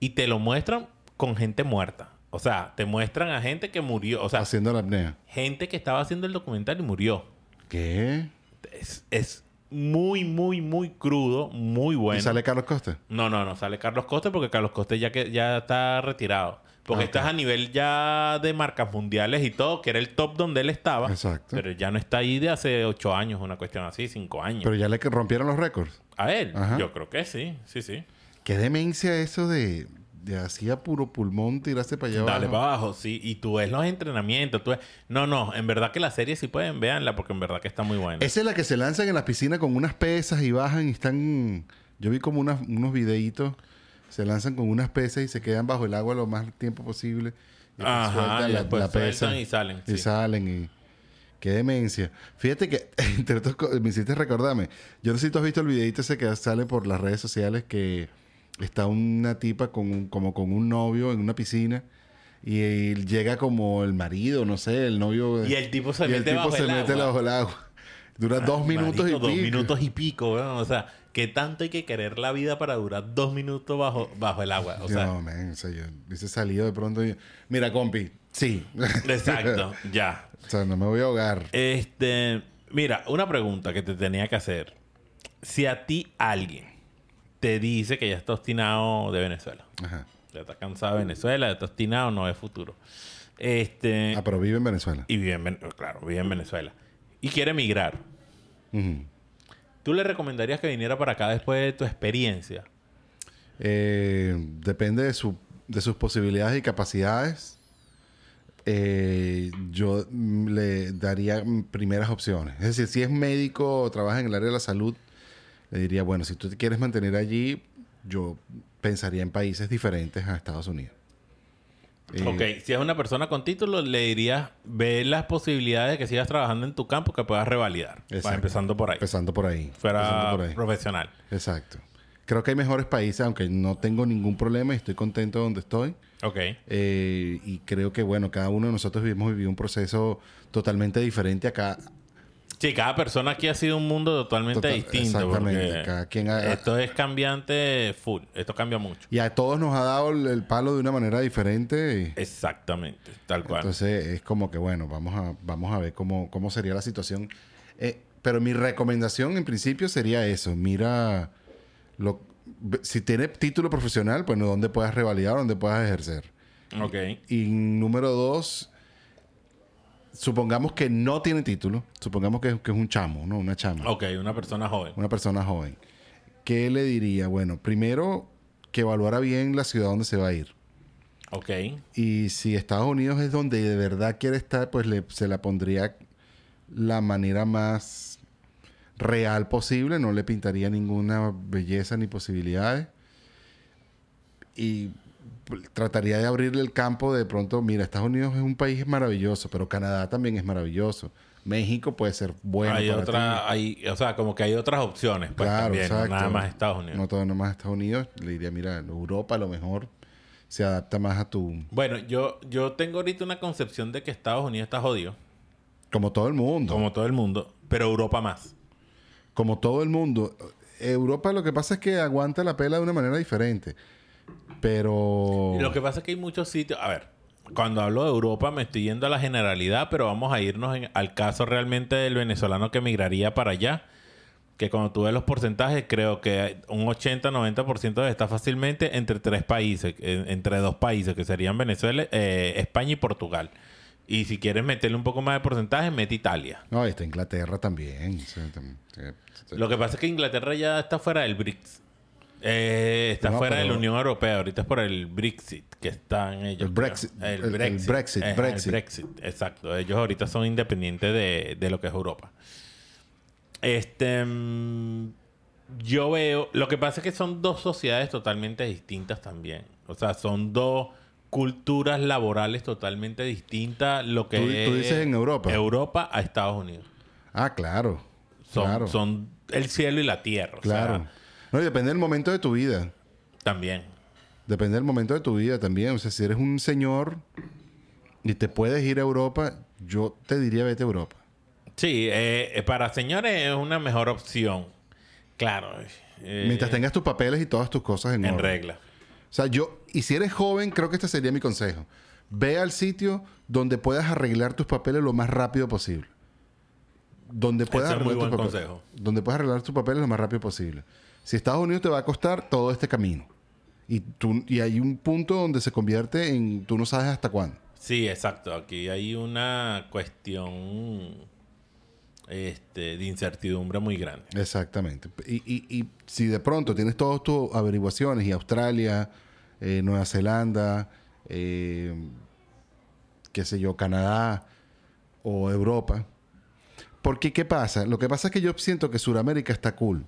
[SPEAKER 2] Y te lo muestran con gente muerta. O sea, te muestran a gente que murió. O sea,
[SPEAKER 1] Haciendo la apnea.
[SPEAKER 2] gente que estaba haciendo el documental y murió.
[SPEAKER 1] ¿Qué?
[SPEAKER 2] Es, es muy, muy, muy crudo, muy bueno.
[SPEAKER 1] ¿Y sale Carlos Costa?
[SPEAKER 2] No, no, no sale Carlos Coste porque Carlos Coste ya que ya está retirado. Porque
[SPEAKER 1] Ah,
[SPEAKER 2] estás a nivel ya de marcas mundiales y todo, que era el top donde él estaba.
[SPEAKER 1] Exacto.
[SPEAKER 2] Ah, Pero ya no está ahí de hace ocho años, una cuestión así, cinco años.
[SPEAKER 1] Pero ya le que- rompieron los récords.
[SPEAKER 2] a él,
[SPEAKER 1] Ajá.
[SPEAKER 2] yo creo que sí, sí, sí.
[SPEAKER 1] Qué demencia eso de, de así a puro pulmón tirarse para allá
[SPEAKER 2] Dale
[SPEAKER 1] abajo.
[SPEAKER 2] para abajo, sí. Y tú ves los entrenamientos, tú ves... No, no, en verdad que la serie sí pueden, véanla porque en verdad que está muy buena.
[SPEAKER 1] Esa es la que se lanzan en las piscinas con unas pesas y bajan y están... Yo vi como unas- unos videitos. se lanzan con unas pesas y se quedan bajo el agua lo más tiempo posible. Y después
[SPEAKER 2] Ajá,
[SPEAKER 1] sueltan
[SPEAKER 2] y
[SPEAKER 1] la-
[SPEAKER 2] después
[SPEAKER 1] la pesa.
[SPEAKER 2] sueltan y salen.
[SPEAKER 1] Y
[SPEAKER 2] sí.
[SPEAKER 1] salen y... ¡Qué demencia! Fíjate que, (laughs) entre otras cosas, me hiciste recordarme. Yo no sé si tú has visto el videito ese que sale por las redes sociales que está una tipa con un- como con un novio en una piscina y, llega como el marido, no sé, el novio...
[SPEAKER 2] Y el tipo se
[SPEAKER 1] y
[SPEAKER 2] mete bajo
[SPEAKER 1] se
[SPEAKER 2] el
[SPEAKER 1] mete
[SPEAKER 2] agua.
[SPEAKER 1] bajo el agua. Dura dos minutos
[SPEAKER 2] Marico,
[SPEAKER 1] y pico.
[SPEAKER 2] Dos minutos y pico, weón. O sea, ¿qué tanto hay que querer la vida para durar dos minutos bajo, bajo el agua? O sea,
[SPEAKER 1] no, man, o sea, yo hubiese salido de pronto y... Mira, compi, (laughs) sí. (laughs)
[SPEAKER 2] exacto, ya.
[SPEAKER 1] o sea, no me voy a ahogar.
[SPEAKER 2] Este, mira, una pregunta que te tenía que hacer. Si a ti alguien te dice que ya está obstinado de Venezuela,
[SPEAKER 1] Ajá.
[SPEAKER 2] ya está cansado de Venezuela, ya está obstinado, no ve futuro. Este,
[SPEAKER 1] Ah, pero vive en Venezuela.
[SPEAKER 2] y vive en, Ven- claro, vive en Venezuela y quiere emigrar,
[SPEAKER 1] Ujú.
[SPEAKER 2] ¿tú le recomendarías que viniera para acá después de tu experiencia?
[SPEAKER 1] Eh, depende de, su- de sus posibilidades y capacidades. Eh, yo mm, le daría mm, primeras opciones. Es decir, si es médico o trabaja en el área de la salud, le diría, bueno, si tú te quieres mantener allí, yo pensaría en países diferentes a Estados Unidos. Eh,
[SPEAKER 2] Ok, si es una persona con título, le dirías, ve las posibilidades de que sigas trabajando en tu campo que puedas revalidar. Va,
[SPEAKER 1] Exacto.
[SPEAKER 2] empezando por ahí.
[SPEAKER 1] Empezando por ahí.
[SPEAKER 2] Fuera
[SPEAKER 1] empezando por ahí.
[SPEAKER 2] profesional.
[SPEAKER 1] Exacto. Creo que hay mejores países, aunque no tengo ningún problema y estoy contento donde estoy.
[SPEAKER 2] Ok.
[SPEAKER 1] Eh, y creo que, bueno, cada uno de nosotros hemos vivido un proceso totalmente diferente acá.
[SPEAKER 2] Sí, cada persona aquí ha sido un mundo totalmente
[SPEAKER 1] Total-
[SPEAKER 2] distinto.
[SPEAKER 1] exactamente.
[SPEAKER 2] porque
[SPEAKER 1] Cada quien ha-
[SPEAKER 2] esto es cambiante full. Esto cambia mucho.
[SPEAKER 1] Y a todos nos ha dado el, el palo de una manera diferente.
[SPEAKER 2] Eh,
[SPEAKER 1] y-
[SPEAKER 2] Exactamente. Tal cual.
[SPEAKER 1] entonces es como que, bueno, vamos a, vamos a ver cómo, cómo sería la situación. Eh, pero mi recomendación en principio sería eso. Mira, lo, ve- si tienes título profesional, pues no, donde puedas revalidar, donde puedas ejercer.
[SPEAKER 2] ok.
[SPEAKER 1] Y número dos, supongamos que no tiene título, supongamos que, que es un chamo, ¿no? Una chama,
[SPEAKER 2] Ok, una persona joven.
[SPEAKER 1] una persona joven. ¿Qué le diría? Bueno, primero que evaluara bien la ciudad donde se va a ir.
[SPEAKER 2] Ok.
[SPEAKER 1] Y si Estados Unidos es donde de verdad quiere estar, pues le- se la pondría la manera más real posible, no le pintaría ninguna belleza ni posibilidades. Y pl- trataría de abrirle el campo de pronto, mira, Estados Unidos es un país maravilloso, pero Canadá también es maravilloso. México puede ser bueno.
[SPEAKER 2] hay
[SPEAKER 1] para ti.
[SPEAKER 2] otra, hay, o sea, como que hay otras opciones. Pues, también, no
[SPEAKER 1] exacto.
[SPEAKER 2] Nada más Estados Unidos.
[SPEAKER 1] No todo nada más Estados Unidos. Le diría, mira, Europa a lo mejor se adapta más a tu...
[SPEAKER 2] Bueno, yo, yo tengo ahorita una concepción de que Estados Unidos está jodido.
[SPEAKER 1] Como todo el mundo.
[SPEAKER 2] Como todo el mundo, pero Europa más.
[SPEAKER 1] como todo el mundo. Europa lo que pasa es que aguanta la pela de una manera diferente. Pero...
[SPEAKER 2] Lo que pasa es que hay muchos sitios. A ver, cuando hablo de Europa me estoy yendo a la generalidad, pero vamos a irnos en- al caso realmente del venezolano que emigraría para allá. Que cuando tú ves los porcentajes, creo que un 80-90% está fácilmente entre tres países, en- entre dos países, que serían Venezuela, eh, España y Portugal. Y si quieres meterle un poco más de porcentaje, mete Italia.
[SPEAKER 1] No, y está Inglaterra también. o sea, tam- eh,
[SPEAKER 2] Lo que pasa es que Inglaterra ya está fuera del BRICS. Eh, está
[SPEAKER 1] No,
[SPEAKER 2] fuera de la
[SPEAKER 1] pero-
[SPEAKER 2] Unión Europea. Ahorita es por el Brexit que están ellos.
[SPEAKER 1] El Brexit.
[SPEAKER 2] creo. El,
[SPEAKER 1] El- el
[SPEAKER 2] Brexit.
[SPEAKER 1] Brexit,
[SPEAKER 2] Ajá, el
[SPEAKER 1] Brexit.
[SPEAKER 2] Brexit, Exacto. Ellos ahorita son independientes de, de lo que es Europa. Este... mm, Yo veo... Lo que pasa es que son dos sociedades totalmente distintas también. O sea, son dos culturas laborales totalmente distintas. Lo que
[SPEAKER 1] Tú- tú
[SPEAKER 2] es
[SPEAKER 1] dices en Europa.
[SPEAKER 2] Europa a Estados Unidos.
[SPEAKER 1] ah, claro.
[SPEAKER 2] Son,
[SPEAKER 1] claro.
[SPEAKER 2] son el cielo y la tierra. o sea,
[SPEAKER 1] claro. no, y depende del momento de tu vida.
[SPEAKER 2] También.
[SPEAKER 1] Depende del momento de tu vida también. O sea, si eres un señor y te puedes ir a Europa, yo te diría vete a Europa.
[SPEAKER 2] Sí, eh, eh, para señores es una mejor opción. Claro. eh,
[SPEAKER 1] Mientras tengas tus papeles y todas tus cosas en,
[SPEAKER 2] En
[SPEAKER 1] orden.
[SPEAKER 2] regla.
[SPEAKER 1] O sea, yo, y si eres joven, creo que este sería mi consejo. Ve al sitio donde puedas arreglar tus papeles lo más rápido posible. Donde puedas
[SPEAKER 2] Ese es muy
[SPEAKER 1] arreglar tus
[SPEAKER 2] buen
[SPEAKER 1] papeles.
[SPEAKER 2] consejo.
[SPEAKER 1] Donde puedas arreglar tus papeles lo más rápido posible. Si Estados Unidos te va a costar todo este camino. Y, tú, y hay un punto donde se convierte en tú no sabes hasta cuándo.
[SPEAKER 2] Sí, exacto. Aquí hay una cuestión este, de incertidumbre muy grande.
[SPEAKER 1] Exactamente. Y, y- y si de pronto tienes todas tus averiguaciones y Australia, eh, Nueva Zelanda, eh, qué sé yo, Canadá o Europa. Porque, ¿qué pasa? Lo que pasa es que yo siento que Sudamérica está cool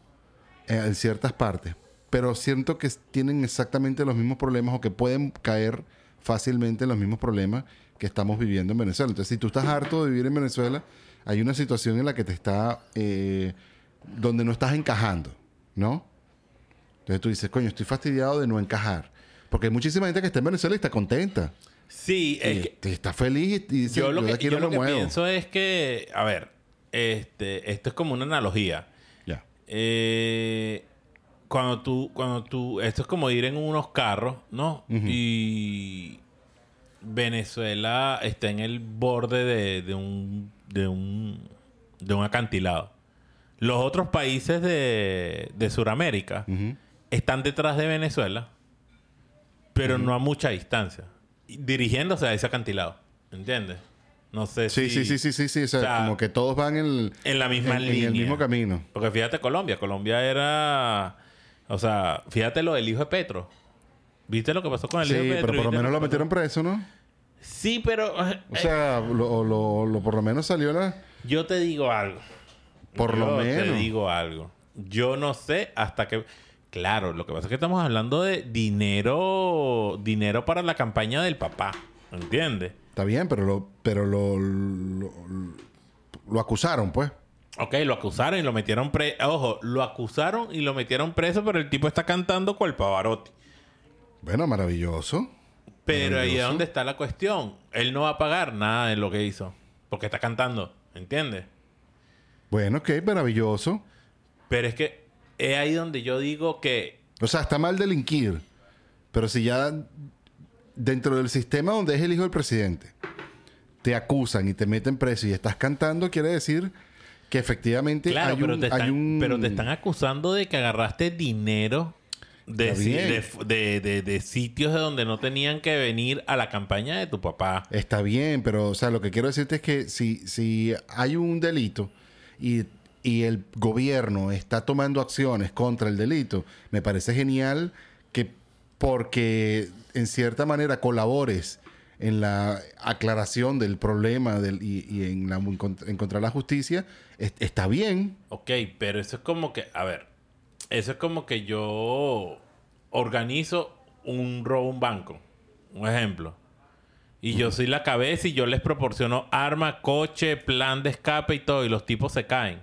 [SPEAKER 1] eh, en ciertas partes, pero siento que tienen exactamente los mismos problemas o que pueden caer fácilmente en los mismos problemas que estamos viviendo en Venezuela. Entonces, si tú estás harto de vivir en Venezuela, hay una situación en la que te está, eh, donde no estás encajando, ¿no? Entonces tú dices, coño, estoy fastidiado de no encajar. Porque hay muchísima gente que está en Venezuela y está contenta.
[SPEAKER 2] Sí,
[SPEAKER 1] y este,
[SPEAKER 2] es que
[SPEAKER 1] está feliz y dice,
[SPEAKER 2] yo lo
[SPEAKER 1] "Yo
[SPEAKER 2] que,
[SPEAKER 1] de aquí
[SPEAKER 2] yo
[SPEAKER 1] no
[SPEAKER 2] lo
[SPEAKER 1] me
[SPEAKER 2] que
[SPEAKER 1] muevo".
[SPEAKER 2] pienso es que, a ver, este, esto es como una analogía.
[SPEAKER 1] Ya.
[SPEAKER 2] Eh, cuando tú, cuando tú, esto es como ir en unos carros, ¿no? Y Venezuela está en el borde de, de un, de un, de un acantilado. Los otros países de, de Sudamérica
[SPEAKER 1] Ujú.
[SPEAKER 2] están detrás de Venezuela, pero no a mucha distancia, y dirigiéndose a ese acantilado, ¿entiendes? No sé
[SPEAKER 1] Sí, sí, sí, sí, sí, sí. O sea,
[SPEAKER 2] O sea,
[SPEAKER 1] como que todos van en, el-
[SPEAKER 2] en la misma
[SPEAKER 1] en- en
[SPEAKER 2] línea.
[SPEAKER 1] el mismo camino.
[SPEAKER 2] Porque fíjate Colombia, Colombia era, o sea, fíjate lo del hijo de Petro. ¿Viste lo que pasó con el
[SPEAKER 1] Sí,
[SPEAKER 2] hijo de Petro?
[SPEAKER 1] pero por lo
[SPEAKER 2] ¿Viste
[SPEAKER 1] menos lo
[SPEAKER 2] que pasó?
[SPEAKER 1] metieron preso, ¿no?
[SPEAKER 2] Sí, pero eh,
[SPEAKER 1] O sea, lo, lo- lo- por lo menos salió la...
[SPEAKER 2] yo te digo algo.
[SPEAKER 1] Por lo
[SPEAKER 2] Yo
[SPEAKER 1] menos.
[SPEAKER 2] te digo algo. Yo no sé hasta que... Claro, lo que pasa es que estamos hablando de dinero, dinero para la campaña del papá, ¿entiendes?
[SPEAKER 1] Está bien, pero lo, pero lo, lo, lo acusaron, pues.
[SPEAKER 2] Ok, lo acusaron y lo metieron preso. Ojo, lo acusaron y lo metieron preso, pero el tipo está cantando cual Pavarotti.
[SPEAKER 1] Bueno, maravilloso.
[SPEAKER 2] Pero ahí es
[SPEAKER 1] Maravilloso.
[SPEAKER 2] donde está la cuestión. Él no va a pagar nada de lo que hizo. Porque está cantando. ¿Entiendes?
[SPEAKER 1] Bueno, ok, maravilloso.
[SPEAKER 2] Pero es que es ahí donde yo digo que.
[SPEAKER 1] O sea, está mal delinquir. Pero si ya dentro del sistema donde es el hijo del presidente, te acusan y te meten preso y estás cantando, quiere decir que efectivamente
[SPEAKER 2] Claro,
[SPEAKER 1] hay,
[SPEAKER 2] pero,
[SPEAKER 1] un,
[SPEAKER 2] te
[SPEAKER 1] hay
[SPEAKER 2] están,
[SPEAKER 1] un-
[SPEAKER 2] pero te están acusando de que agarraste dinero de,
[SPEAKER 1] Está
[SPEAKER 2] si-
[SPEAKER 1] bien.
[SPEAKER 2] de f- de- de- de sitios de donde no tenían que venir a la campaña de tu papá.
[SPEAKER 1] Está bien, pero o sea, lo que quiero decirte es que si, si hay un delito y, y el gobierno está tomando acciones contra el delito, me parece genial que porque en cierta manera colabores en la aclaración del problema del, y, y en, la, encont- encontrar la justicia, es- está bien.
[SPEAKER 2] Ok, pero eso es como que, a ver, eso es como que yo organizo un robo a un banco, un ejemplo. Y yo soy la cabeza y yo les proporciono arma, coche, plan de escape y todo, y los tipos se caen.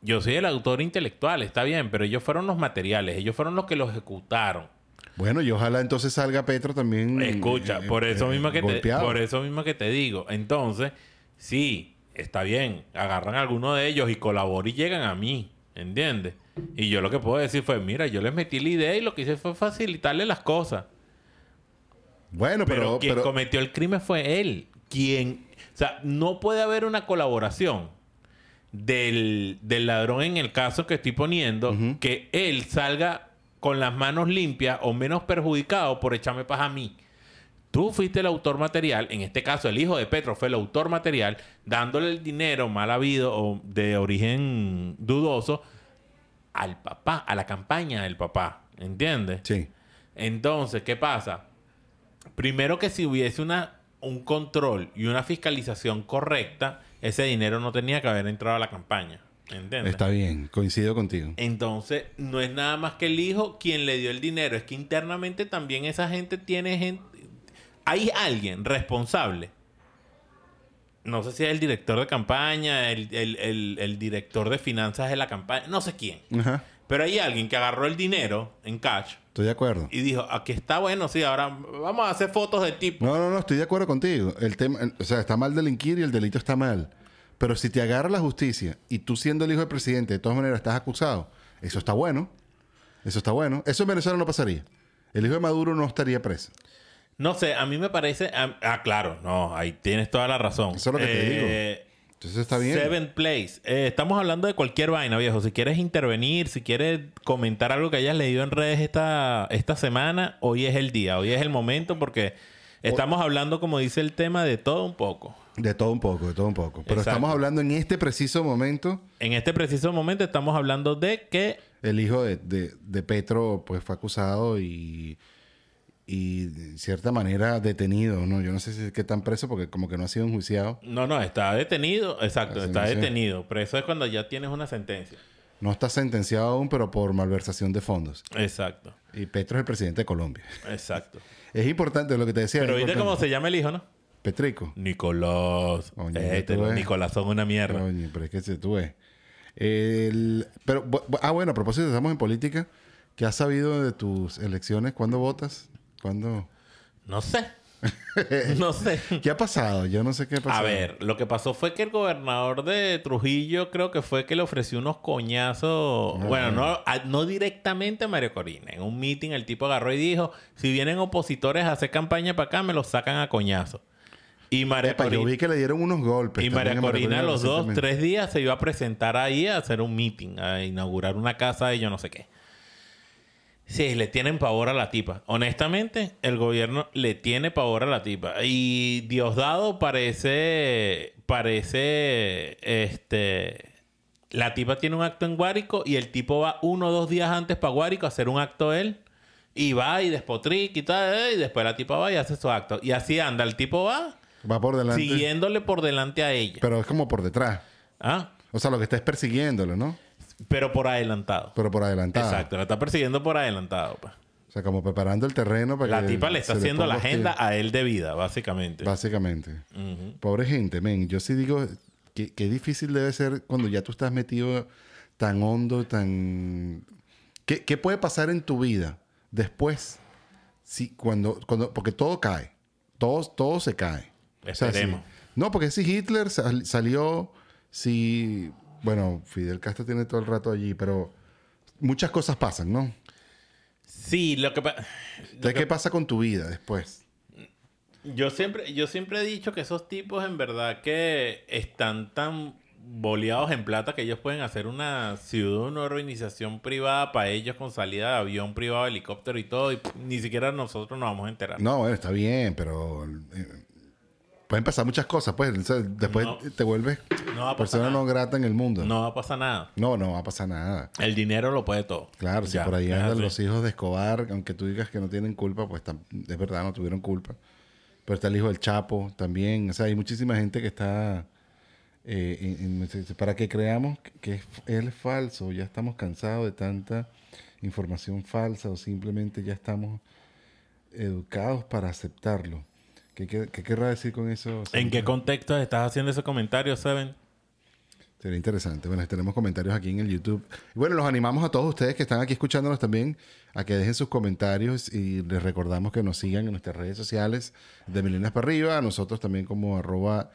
[SPEAKER 2] Yo soy el autor intelectual, está bien, pero ellos fueron los materiales, ellos fueron los que los ejecutaron.
[SPEAKER 1] Bueno, y ojalá entonces salga Petro también.
[SPEAKER 2] Escucha,
[SPEAKER 1] eh,
[SPEAKER 2] por eso
[SPEAKER 1] eh,
[SPEAKER 2] mismo que te,
[SPEAKER 1] golpeado.
[SPEAKER 2] por eso mismo que te digo. Entonces, sí, está bien, agarran a alguno de ellos y colaboran y llegan a mí, ¿entiendes? Y yo lo que puedo decir fue, mira, yo les metí la idea y lo que hice fue facilitarle las cosas.
[SPEAKER 1] Bueno,
[SPEAKER 2] Pero,
[SPEAKER 1] pero,
[SPEAKER 2] quien
[SPEAKER 1] pero-
[SPEAKER 2] cometió el crimen fue él. Quien, o sea, no puede haber una colaboración del, del ladrón en el caso que estoy poniendo, que él salga con las manos limpias o menos perjudicado por echarme paz a mí. Tú fuiste el autor material, en este caso el hijo de Petro fue el autor material, dándole el dinero mal habido o de origen dudoso al papá, a la campaña del papá. ¿Entiendes?
[SPEAKER 1] sí.
[SPEAKER 2] Entonces, ¿qué pasa? Primero que si hubiese una, un control y una fiscalización correcta, ese dinero no tenía que haber entrado a la campaña. ¿Entiendes?
[SPEAKER 1] Está bien, coincido contigo.
[SPEAKER 2] Entonces, no es nada más que el hijo quien le dio el dinero. Es que internamente también esa gente tiene gente... Hay alguien responsable. No sé si es el director de campaña, el, el- el- el director de finanzas de la campaña, no sé quién.
[SPEAKER 1] Ajá,
[SPEAKER 2] Pero hay alguien que agarró el dinero en cash
[SPEAKER 1] estoy de acuerdo.
[SPEAKER 2] y dijo, aquí está bueno, sí, ahora vamos a hacer fotos del tipo.
[SPEAKER 1] No, no, no, estoy de acuerdo contigo. El tema, el- o sea, está mal delinquir y el delito está mal. Pero si te agarra la justicia y tú siendo el hijo del presidente, de todas maneras estás acusado, eso está bueno. Eso está bueno. Eso en Venezuela no pasaría. El hijo de Maduro no estaría preso.
[SPEAKER 2] No sé, a mí me parece... a- ah, claro, no, ahí tienes toda la razón.
[SPEAKER 1] Eso es lo que te
[SPEAKER 2] Eh,
[SPEAKER 1] Entonces está bien.
[SPEAKER 2] Seven Plays. Eh, estamos hablando de cualquier vaina, viejo. Si quieres intervenir, si quieres comentar algo que hayas leído en redes esta, esta semana, hoy es el día, hoy es el momento porque estamos hablando, como dice el tema, de todo un poco.
[SPEAKER 1] De todo un poco, de todo un poco. Pero
[SPEAKER 2] Exacto.
[SPEAKER 1] estamos hablando en este preciso momento,
[SPEAKER 2] En este preciso momento estamos hablando de que...
[SPEAKER 1] el hijo de, de- de Petro pues fue acusado y, y de cierta manera detenido, ¿no? Yo no sé si qué tan preso porque como que no ha sido enjuiciado.
[SPEAKER 2] No, no, está detenido. Exacto,
[SPEAKER 1] Así
[SPEAKER 2] está
[SPEAKER 1] no sé.
[SPEAKER 2] detenido. Pero eso es cuando ya tienes una sentencia.
[SPEAKER 1] No está sentenciado aún, pero por malversación de fondos.
[SPEAKER 2] Exacto,
[SPEAKER 1] Y Petro es el presidente de Colombia. (laughs)
[SPEAKER 2] exacto.
[SPEAKER 1] Es importante lo que te decía.
[SPEAKER 2] Pero
[SPEAKER 1] es
[SPEAKER 2] viste cómo
[SPEAKER 1] importante.
[SPEAKER 2] se llama el hijo, ¿no?
[SPEAKER 1] Petrico.
[SPEAKER 2] Nicolás.
[SPEAKER 1] Coño,
[SPEAKER 2] Eh,
[SPEAKER 1] ya tú
[SPEAKER 2] te-
[SPEAKER 1] ves.
[SPEAKER 2] Nicolás son una mierda.
[SPEAKER 1] Coño, pero es que si tú ves. El- pero, bu- bu- ah, bueno, a propósito, estamos en política. ¿Qué has sabido de tus elecciones? ¿Cuándo votas? ¿Cuándo? (laughs)
[SPEAKER 2] No sé. no sé.
[SPEAKER 1] ¿Qué ha pasado? Yo no sé qué ha pasado.
[SPEAKER 2] A ver, lo que pasó fue que el gobernador de Trujillo creo que fue que le ofreció unos coñazos, bueno, no, a- no directamente a Mario Corina. En un meeting el tipo agarró y dijo, si vienen opositores a hacer campaña para acá, me los sacan a coñazos. Y María
[SPEAKER 1] Epa, yo
[SPEAKER 2] Corina,
[SPEAKER 1] vi que le dieron unos golpes.
[SPEAKER 2] y
[SPEAKER 1] también
[SPEAKER 2] Pues María
[SPEAKER 1] a María
[SPEAKER 2] Corina los dos,
[SPEAKER 1] recientemente.
[SPEAKER 2] tres días se iba a presentar ahí a hacer un meeting, a inaugurar una casa y yo no sé qué. Sí, le tienen pavor a la tipa. Honestamente, el gobierno le tiene pavor a la tipa. Y Diosdado parece. Parece. Este. La tipa tiene un acto en Guárico y el tipo va uno o dos días antes para Guárico a hacer un acto él. Y va y despotrica y tal. eh, Y después la tipa va y hace su acto. Y así anda. El tipo va
[SPEAKER 1] Va por delante.
[SPEAKER 2] siguiéndole por delante a ella.
[SPEAKER 1] Pero es como por detrás.
[SPEAKER 2] Ah,
[SPEAKER 1] O sea, lo que está es persiguiéndolo, ¿no?
[SPEAKER 2] pero por adelantado.
[SPEAKER 1] Pero por adelantado.
[SPEAKER 2] Exacto, la está persiguiendo por adelantado. pa.
[SPEAKER 1] O sea, como preparando el terreno para
[SPEAKER 2] La
[SPEAKER 1] que.
[SPEAKER 2] tipa le está
[SPEAKER 1] se
[SPEAKER 2] haciendo la
[SPEAKER 1] ponga hostil.
[SPEAKER 2] agenda a él de vida, básicamente.
[SPEAKER 1] Básicamente. Pobre gente, men. Yo sí digo que, que difícil debe ser cuando ya tú estás metido tan hondo, tan... ¿Qué, qué puede pasar en tu vida después? Sí, cuando, cuando, porque todo cae. Todo, todo se cae. O sea, sí.
[SPEAKER 2] Esperemos.
[SPEAKER 1] No, porque si Hitler sal- salió, si... Bueno, Fidel Castro tiene todo el rato allí, pero muchas cosas pasan, ¿no?
[SPEAKER 2] Sí, lo que, pa- lo
[SPEAKER 1] Entonces, ¿qué pasa con tu vida después?
[SPEAKER 2] yo siempre yo siempre he dicho que esos tipos en verdad que están tan boleados en plata que ellos pueden hacer una ciudad, una organización privada para ellos con salida de avión privado, helicóptero y todo y pff, ni siquiera nosotros nos vamos a enterar.
[SPEAKER 1] No, bueno, está bien, pero eh, pueden pasar muchas cosas, pues. O sea, después
[SPEAKER 2] No.
[SPEAKER 1] te vuelves
[SPEAKER 2] No va a pasar
[SPEAKER 1] persona
[SPEAKER 2] nada.
[SPEAKER 1] no grata en el mundo. No.
[SPEAKER 2] No va a pasar nada.
[SPEAKER 1] no, va a pasar nada.
[SPEAKER 2] El dinero lo puede todo.
[SPEAKER 1] Claro,
[SPEAKER 2] Ya,
[SPEAKER 1] si por ahí
[SPEAKER 2] es
[SPEAKER 1] andan
[SPEAKER 2] así.
[SPEAKER 1] los hijos de Escobar, aunque tú digas que no tienen culpa, pues tam- es verdad, no tuvieron culpa. Pero está el hijo del Chapo también. O sea, hay muchísima gente que está. eh, en- en- para que creamos que es- él es falso, ya estamos cansados de tanta información falsa o simplemente ya estamos educados para aceptarlo. ¿Qué, qué- qué querrá decir con eso?
[SPEAKER 2] ¿En qué
[SPEAKER 1] Sandra?
[SPEAKER 2] contexto estás haciendo ese comentario, Seven?
[SPEAKER 1] Sería interesante. Bueno, tenemos comentarios aquí en el YouTube. Y bueno, los animamos a todos ustedes que están aquí escuchándonos también a que dejen sus comentarios y les recordamos que nos sigan en nuestras redes sociales de Milenias para arriba. A nosotros también como arroba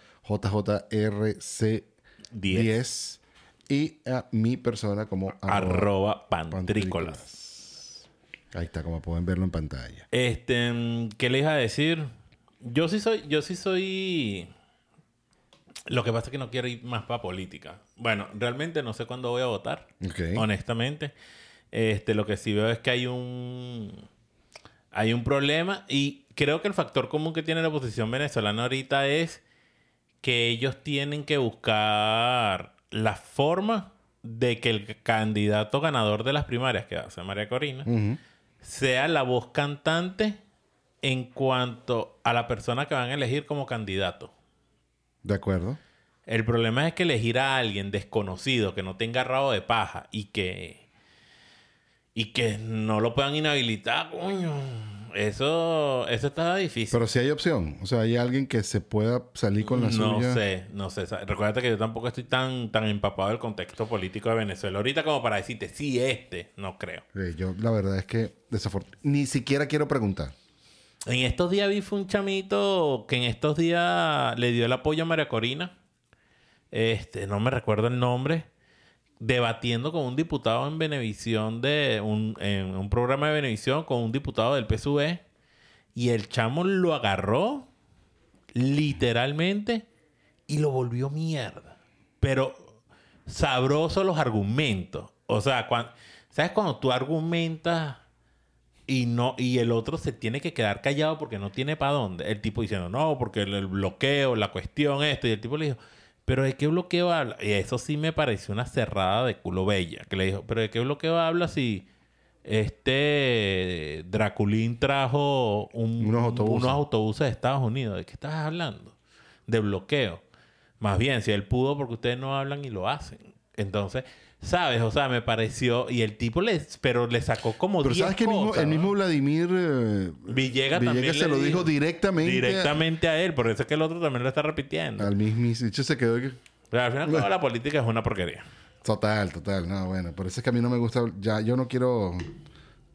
[SPEAKER 1] JJRC10
[SPEAKER 2] Diez.
[SPEAKER 1] y a mi persona como arroba
[SPEAKER 2] Arroba pantrícolas.
[SPEAKER 1] pantrícolas. Ahí está, como pueden verlo en pantalla.
[SPEAKER 2] Este, mm, ¿qué le iba a decir? Yo sí soy, yo sí soy. Lo que pasa es que no quiero ir más para política. Bueno, realmente no sé cuándo voy a votar.
[SPEAKER 1] Ok.
[SPEAKER 2] Honestamente. Este, lo que sí veo es que hay un. Hay un problema. Y creo que el factor común que tiene la oposición venezolana ahorita es que ellos tienen que buscar la forma de que el candidato ganador de las primarias que hace María Corina
[SPEAKER 1] Ujú.
[SPEAKER 2] sea la voz cantante en cuanto a la persona que van a elegir como candidato.
[SPEAKER 1] De acuerdo.
[SPEAKER 2] El problema es que elegir a alguien desconocido que no tenga rabo de paja y que y que no lo puedan inhabilitar, coño. Eso eso está difícil.
[SPEAKER 1] Pero si hay opción. O sea, hay alguien que se pueda salir con la
[SPEAKER 2] no
[SPEAKER 1] suya.
[SPEAKER 2] sé, no sé. Recuerda que yo tampoco estoy tan tan empapado del contexto político de Venezuela ahorita como para decirte sí este, no creo.
[SPEAKER 1] Sí, yo la verdad es que desafortunadamente ni siquiera quiero preguntar.
[SPEAKER 2] En estos días vi fue un chamito que en estos días le dio el apoyo a María Corina. Este, no me recuerdo el nombre. Debatiendo con un diputado en Benevisión de un, en un programa de Benevisión con un diputado del PSV. Y el chamo lo agarró literalmente y lo volvió mierda. Pero sabroso los argumentos. O sea, cuan- ¿sabes cuando tú argumentas y no y el otro se tiene que quedar callado porque no tiene para dónde? El tipo diciendo, "No, porque el, el bloqueo, la cuestión esto" y el tipo le dijo, "¿Pero de qué bloqueo habla?" Y eso sí me pareció una cerrada de culo bella, que le dijo, "¿Pero de qué bloqueo habla si este Draculín trajo un-
[SPEAKER 1] Unos autobuses.
[SPEAKER 2] unos autobuses de Estados Unidos. ¿De qué estás hablando? De bloqueo. Más bien, si él pudo, porque ustedes no hablan y lo hacen. Entonces, ¿Sabes? O sea, me pareció. Y el tipo le. Pero le sacó como.
[SPEAKER 1] Pero
[SPEAKER 2] 10
[SPEAKER 1] sabes que el mismo,
[SPEAKER 2] cosas,
[SPEAKER 1] el
[SPEAKER 2] ¿no?
[SPEAKER 1] mismo Vladimir eh,
[SPEAKER 2] Villegas, también.
[SPEAKER 1] se
[SPEAKER 2] le
[SPEAKER 1] lo dijo directamente,
[SPEAKER 2] directamente a él. Por eso es que el otro también lo está repitiendo.
[SPEAKER 1] al mismo. Dicho se quedó. que-
[SPEAKER 2] Pero al final, toda la política es una porquería.
[SPEAKER 1] Total, total. No, bueno, por eso es que a mí no me gusta. Ya, yo no quiero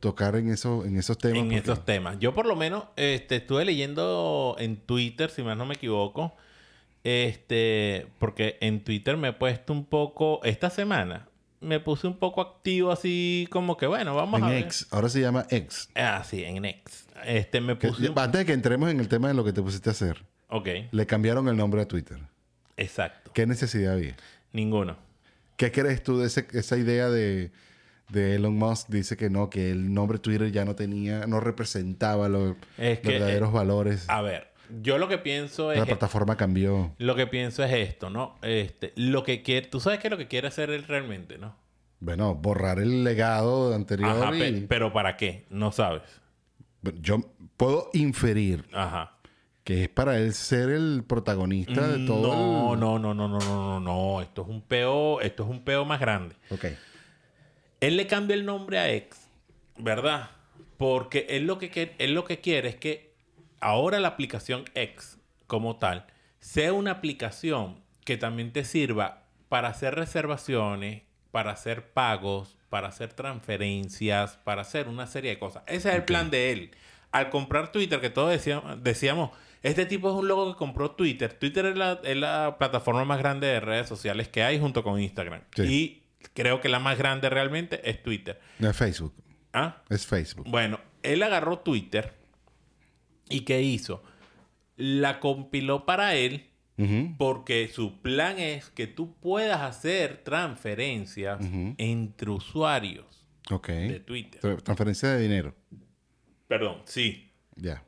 [SPEAKER 1] tocar en, eso, en esos temas.
[SPEAKER 2] en
[SPEAKER 1] porque-
[SPEAKER 2] estos temas. Yo por lo menos este, estuve leyendo en Twitter, si más no me equivoco, este, porque en Twitter me he puesto un poco, esta semana, me puse un poco activo así como que, bueno, vamos a
[SPEAKER 1] en
[SPEAKER 2] ver.
[SPEAKER 1] ex. Ahora se llama ex.
[SPEAKER 2] Ah, sí, en Next. Este, me
[SPEAKER 1] Que-
[SPEAKER 2] puse... un-
[SPEAKER 1] antes de que entremos en el tema de lo que te pusiste a hacer,
[SPEAKER 2] Ok,
[SPEAKER 1] le cambiaron el nombre a Twitter.
[SPEAKER 2] exacto.
[SPEAKER 1] ¿Qué necesidad había?
[SPEAKER 2] Ninguno.
[SPEAKER 1] ¿Qué crees tú de ese- esa idea de, de Elon Musk? Dice que no, que el nombre Twitter ya no tenía, no representaba los
[SPEAKER 2] Es que, eh, ah, pues,
[SPEAKER 1] verdaderos valores.
[SPEAKER 2] A ver, yo lo que pienso es...
[SPEAKER 1] la plataforma cambió.
[SPEAKER 2] Lo que pienso es esto, ¿no? Este, lo que quiere... Tú sabes que lo que quiere hacer él realmente, ¿no?
[SPEAKER 1] Bueno, borrar el legado anterior.
[SPEAKER 2] Ajá,
[SPEAKER 1] y-
[SPEAKER 2] pe- pero ¿para qué? No sabes.
[SPEAKER 1] Yo puedo inferir
[SPEAKER 2] Ajá.
[SPEAKER 1] que es para él ser el protagonista de todo.
[SPEAKER 2] Mm, No,
[SPEAKER 1] el-
[SPEAKER 2] no, no, no, no, no, no, no. Esto es un peo, esto es un peo más grande.
[SPEAKER 1] Ok.
[SPEAKER 2] Él le cambia el nombre a ex, ¿verdad? Porque él lo que, que- él lo que quiere es que ahora la aplicación ex como tal sea una aplicación que también te sirva para hacer reservaciones, para hacer pagos, para hacer transferencias, para hacer una serie de cosas. Ese es el plan de él. Al comprar Twitter, que todos decíamos, decíamos, este tipo es un loco que compró Twitter. Twitter es la, es la plataforma más grande de redes sociales que hay junto con Instagram.
[SPEAKER 1] Sí.
[SPEAKER 2] Y creo que la más grande realmente es Twitter.
[SPEAKER 1] No es Facebook.
[SPEAKER 2] ¿Ah?
[SPEAKER 1] Es Facebook.
[SPEAKER 2] Bueno, él agarró Twitter y ¿qué hizo? La compiló para él
[SPEAKER 1] Ujú.
[SPEAKER 2] porque su plan es que tú puedas hacer transferencias
[SPEAKER 1] Ujú.
[SPEAKER 2] entre usuarios
[SPEAKER 1] Ok.
[SPEAKER 2] de Twitter.
[SPEAKER 1] Tra- Transferencia de dinero.
[SPEAKER 2] Perdón, sí.
[SPEAKER 1] Ya.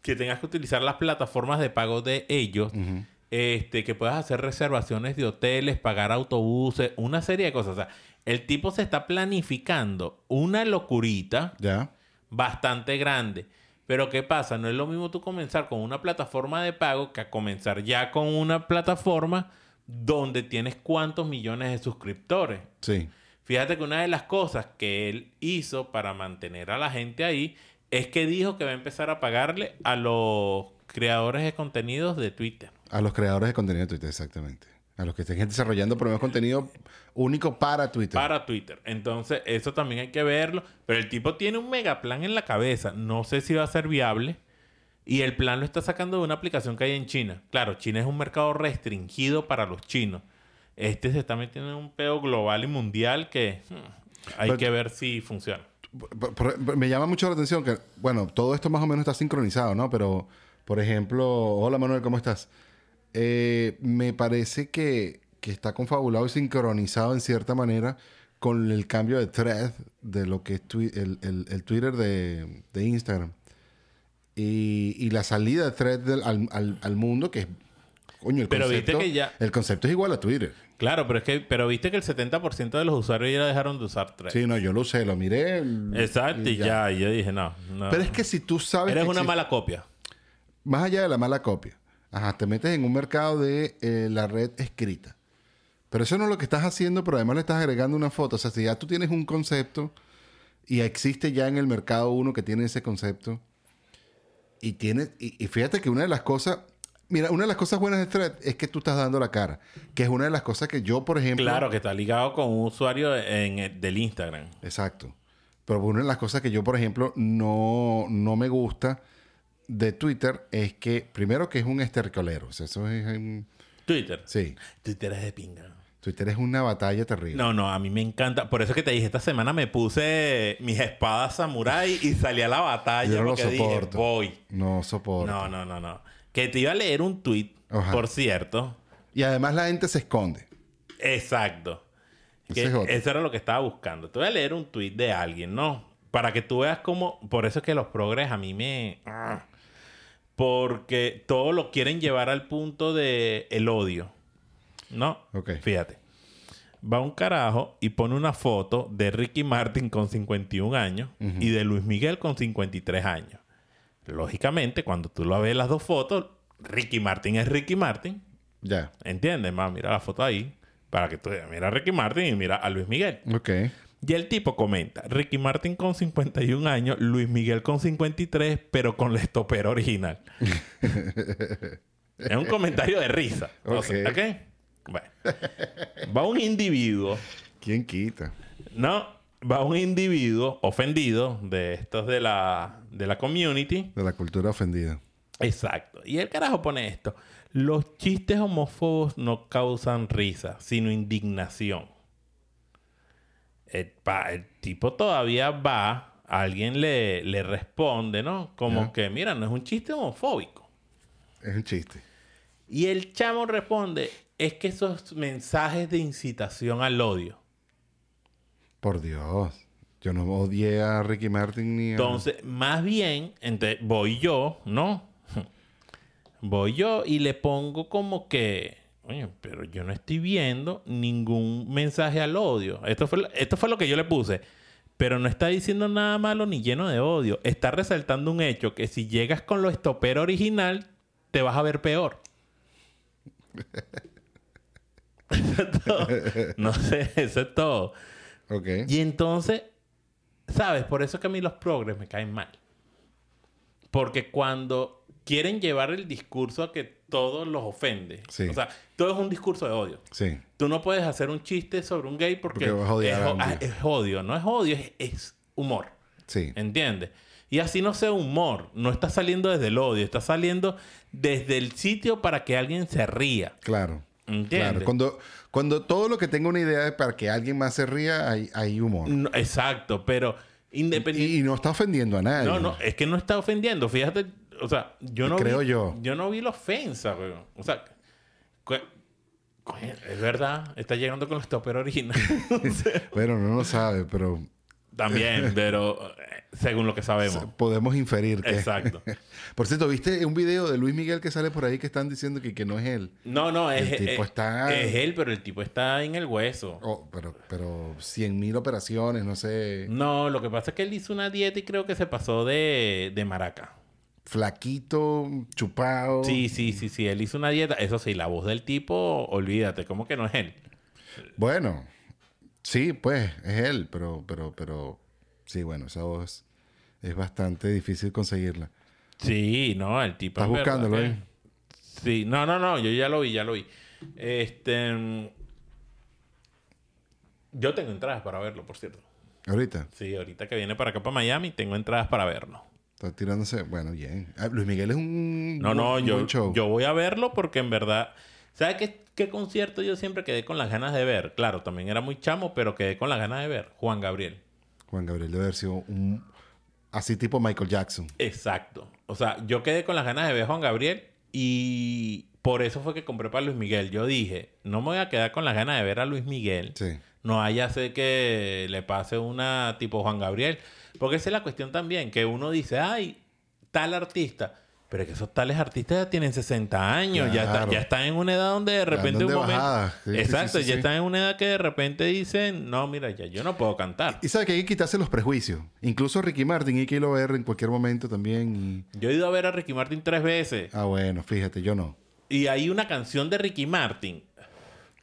[SPEAKER 2] Que tengas que utilizar las plataformas de pago de ellos.
[SPEAKER 1] Ujú.
[SPEAKER 2] Este, que puedas hacer reservaciones de hoteles, pagar autobuses, una serie de cosas. O sea, el tipo se está planificando una locurita.
[SPEAKER 1] Ya.
[SPEAKER 2] bastante grande. Pero ¿qué pasa? No es lo mismo tú comenzar con una plataforma de pago que a comenzar ya con una plataforma donde tienes cuántos millones de suscriptores.
[SPEAKER 1] Sí.
[SPEAKER 2] Fíjate que una de las cosas que él hizo para mantener a la gente ahí es que dijo que va a empezar a pagarle a los creadores de contenidos de Twitter.
[SPEAKER 1] A los creadores de contenido de Twitter, exactamente. A los que estén desarrollando problemas de contenido único para Twitter.
[SPEAKER 2] Para Twitter. Entonces, eso también hay que verlo. Pero el tipo tiene un mega plan en la cabeza. No sé si va a ser viable. Y el plan lo está sacando de una aplicación que hay en China. Claro, China es un mercado restringido para los chinos. Este se está metiendo en un peo global y mundial que hmm, hay
[SPEAKER 1] Pero-
[SPEAKER 2] que ver si funciona.
[SPEAKER 1] Por- por- por- me llama mucho la atención que, bueno, todo esto más o menos está sincronizado, ¿no? Pero, por ejemplo, hola Manuel, ¿cómo estás? Eh, me parece que, que está confabulado y sincronizado en cierta manera con el cambio de thread de lo que es twi- el, el- el Twitter de, de Instagram. Y, y la salida de thread del- al, al- al mundo, que es, coño, el
[SPEAKER 2] Pero viste
[SPEAKER 1] concepto,
[SPEAKER 2] que ya-
[SPEAKER 1] el concepto es igual a Twitter.
[SPEAKER 2] Claro, pero es que, pero viste que el 70% de los usuarios ya dejaron de usar Thread.
[SPEAKER 1] Sí, no, yo lo usé, lo miré. el-
[SPEAKER 2] Exacto, y ya, y yo dije, no, no.
[SPEAKER 1] Pero es que si tú sabes
[SPEAKER 2] Eres
[SPEAKER 1] que
[SPEAKER 2] una
[SPEAKER 1] existe-
[SPEAKER 2] mala copia.
[SPEAKER 1] más allá de la mala copia, ajá, te metes en un mercado de eh, la red escrita. Pero eso no es lo que estás haciendo, pero además le estás agregando una foto. O sea, si ya tú tienes un concepto y existe ya en el mercado uno que tiene ese concepto. Y, tiene, y, y fíjate que una de las cosas, mira, una de las cosas buenas de Thread es que tú estás dando la cara. Que es una de las cosas que yo, por ejemplo...
[SPEAKER 2] Claro, que está ligado con un usuario en el- del Instagram.
[SPEAKER 1] Exacto. Pero una de las cosas que yo, por ejemplo, no, no me gusta de Twitter es que, primero, que es un estercolero. O sea, eso es... un-
[SPEAKER 2] Twitter.
[SPEAKER 1] Sí,
[SPEAKER 2] Twitter es de pinga.
[SPEAKER 1] Twitter es una batalla terrible.
[SPEAKER 2] No, no, a mí me encanta. Por eso que te dije, esta semana me puse mis espadas samurai y salí a la
[SPEAKER 1] (laughs)
[SPEAKER 2] batalla.
[SPEAKER 1] Yo no lo
[SPEAKER 2] porque dije,
[SPEAKER 1] soporto.
[SPEAKER 2] voy.
[SPEAKER 1] No soporto.
[SPEAKER 2] No, no, no, no. Que te iba a leer un tweet,
[SPEAKER 1] Ajá.
[SPEAKER 2] por cierto.
[SPEAKER 1] Y además la gente se esconde.
[SPEAKER 2] Exacto. Que
[SPEAKER 1] Ese es otro.
[SPEAKER 2] eso era lo que estaba buscando. Te voy a leer un tweet de alguien, ¿no? Para que tú veas cómo. Por eso es que los progres a mí me. ah. Porque todos lo quieren llevar al punto de el odio. ¿No?
[SPEAKER 1] Ok.
[SPEAKER 2] Fíjate. Va un carajo y pone una foto de Ricky Martin con 51 años y de Luis Miguel con 53 años. Lógicamente, cuando tú lo ves las dos fotos, Ricky Martin es Ricky Martin
[SPEAKER 1] Ya.
[SPEAKER 2] ¿Entiendes? Más, mira la foto ahí. Para que tú digas, mira a Ricky Martin y mira a Luis Miguel.
[SPEAKER 1] Ok.
[SPEAKER 2] Y el tipo comenta, Ricky Martin con 51 años, Luis Miguel con 53, pero con la estopera original. es un comentario de risa. O sea,
[SPEAKER 1] Ok.
[SPEAKER 2] ¿ok? Bueno. Va un individuo,
[SPEAKER 1] ¿Quién quita?
[SPEAKER 2] ¿no? Va un individuo ofendido de estos de la, de la community.
[SPEAKER 1] De la cultura ofendida.
[SPEAKER 2] Exacto. Y el carajo pone esto. Los chistes homófobos no causan risa, sino indignación. El, pa- el tipo todavía va, alguien le, le responde, ¿no? Como
[SPEAKER 1] Ya.
[SPEAKER 2] que, mira, no es un chiste homofóbico.
[SPEAKER 1] Es un chiste.
[SPEAKER 2] Y el chamo responde, es que esos mensajes de incitación al odio.
[SPEAKER 1] Por Dios. Yo no odié a Ricky Martin ni a...
[SPEAKER 2] Entonces, más bien, ente- voy yo, ¿no? Voy yo y le pongo como que, oye, pero yo no estoy viendo ningún mensaje al odio. Esto fue, lo- esto fue lo que yo le puse. Pero no está diciendo nada malo ni lleno de odio. Está resaltando un hecho que si llegas con lo estopero original, te vas a ver peor. Eso es todo. No sé, eso es todo.
[SPEAKER 1] Ok.
[SPEAKER 2] Y entonces, ¿sabes? Por eso que a mí los progres me caen mal. Porque cuando quieren llevar el discurso a que todos los ofende.
[SPEAKER 1] Sí.
[SPEAKER 2] O sea, todo es un discurso de odio.
[SPEAKER 1] Sí.
[SPEAKER 2] Tú no puedes hacer un chiste sobre un gay porque,
[SPEAKER 1] Porque vas a odiar
[SPEAKER 2] es,
[SPEAKER 1] a
[SPEAKER 2] o-
[SPEAKER 1] alguien.
[SPEAKER 2] ah, es odio. No es odio, es, es humor.
[SPEAKER 1] Sí.
[SPEAKER 2] Eh. ¿Entiendes? Y así no sea humor. No está saliendo desde el odio. Está saliendo desde el sitio para que alguien se ría.
[SPEAKER 1] Claro.
[SPEAKER 2] ¿Entiendes?
[SPEAKER 1] Claro. Cuando, cuando todo lo que tenga una idea es para que alguien más se ría, hay, hay humor.
[SPEAKER 2] No, exacto, pero independientemente...
[SPEAKER 1] Y, y no está ofendiendo a nadie.
[SPEAKER 2] No, no, es que no está ofendiendo. Fíjate, o sea, yo no.
[SPEAKER 1] Creo
[SPEAKER 2] vi-
[SPEAKER 1] yo.
[SPEAKER 2] Yo no vi la ofensa, weón. O sea, cu- cu- es verdad, está llegando con la
[SPEAKER 1] (laughs)
[SPEAKER 2] estopera original. (laughs)
[SPEAKER 1] Bueno, no lo sabe, pero
[SPEAKER 2] También, pero eh, según lo que sabemos.
[SPEAKER 1] podemos inferir que...
[SPEAKER 2] Exacto.
[SPEAKER 1] Por cierto, ¿viste un video de Luis Miguel que sale por ahí que están diciendo que, que no es él?
[SPEAKER 2] No, no, es.
[SPEAKER 1] El tipo
[SPEAKER 2] es-
[SPEAKER 1] está-
[SPEAKER 2] Es él, pero el tipo está en el hueso.
[SPEAKER 1] Oh, pero, pero 100 mil operaciones, no sé.
[SPEAKER 2] No, lo que pasa es que él hizo una dieta y creo que se pasó de, de maraca.
[SPEAKER 1] Flaquito, chupado.
[SPEAKER 2] Sí, sí, sí, sí. Él hizo una dieta. Eso sí, la voz del tipo, olvídate, ¿cómo que no es él?
[SPEAKER 1] Bueno, sí, pues, es él, pero, pero, pero, sí, bueno, esa voz es bastante difícil conseguirla.
[SPEAKER 2] Sí, no, el tipo.
[SPEAKER 1] Estás
[SPEAKER 2] en verdad
[SPEAKER 1] buscándolo,
[SPEAKER 2] que-
[SPEAKER 1] ¿eh?
[SPEAKER 2] Sí, no, no, no, yo ya lo vi, ya lo vi. Este. mm, Yo tengo entradas para verlo, por cierto.
[SPEAKER 1] Ahorita,
[SPEAKER 2] Sí, ahorita que viene para acá, para Miami, tengo entradas para verlo.
[SPEAKER 1] está tirándose. Bueno, bien. Ah, Luis Miguel es un.
[SPEAKER 2] No,
[SPEAKER 1] bu-
[SPEAKER 2] no,
[SPEAKER 1] un
[SPEAKER 2] yo,
[SPEAKER 1] buen show.
[SPEAKER 2] yo voy a verlo porque en verdad. ¿Sabes qué, qué concierto yo siempre quedé con las ganas de ver? Claro, también era muy chamo, pero quedé con las ganas de ver. Juan Gabriel.
[SPEAKER 1] Juan Gabriel debe haber sido un. Así tipo Michael Jackson.
[SPEAKER 2] Exacto. O sea, yo quedé con las ganas de ver a Juan Gabriel y por eso fue que compré para Luis Miguel. Yo dije, no me voy a quedar con las ganas de ver a Luis Miguel.
[SPEAKER 1] Sí.
[SPEAKER 2] No haya ser que le pase una tipo Juan Gabriel. Porque esa es la cuestión también, que uno dice, ay, tal artista. Pero es que esos tales artistas ya tienen 60 años, ya, está-
[SPEAKER 1] Claro.
[SPEAKER 2] ya están en una edad donde de repente
[SPEAKER 1] andan
[SPEAKER 2] un
[SPEAKER 1] de
[SPEAKER 2] momento...
[SPEAKER 1] bajada. Sí, sí,
[SPEAKER 2] Exacto,
[SPEAKER 1] sí, sí,
[SPEAKER 2] ya
[SPEAKER 1] sí.
[SPEAKER 2] están en una edad que de repente dicen, no, mira, ya yo no puedo cantar.
[SPEAKER 1] Y sabe que hay que quitarse los prejuicios. Incluso Ricky Martin hay que irlo a ver en cualquier momento también. y-
[SPEAKER 2] Yo he ido a ver a Ricky Martin tres veces
[SPEAKER 1] Ah, bueno, fíjate, yo no.
[SPEAKER 2] y hay una canción de Ricky Martin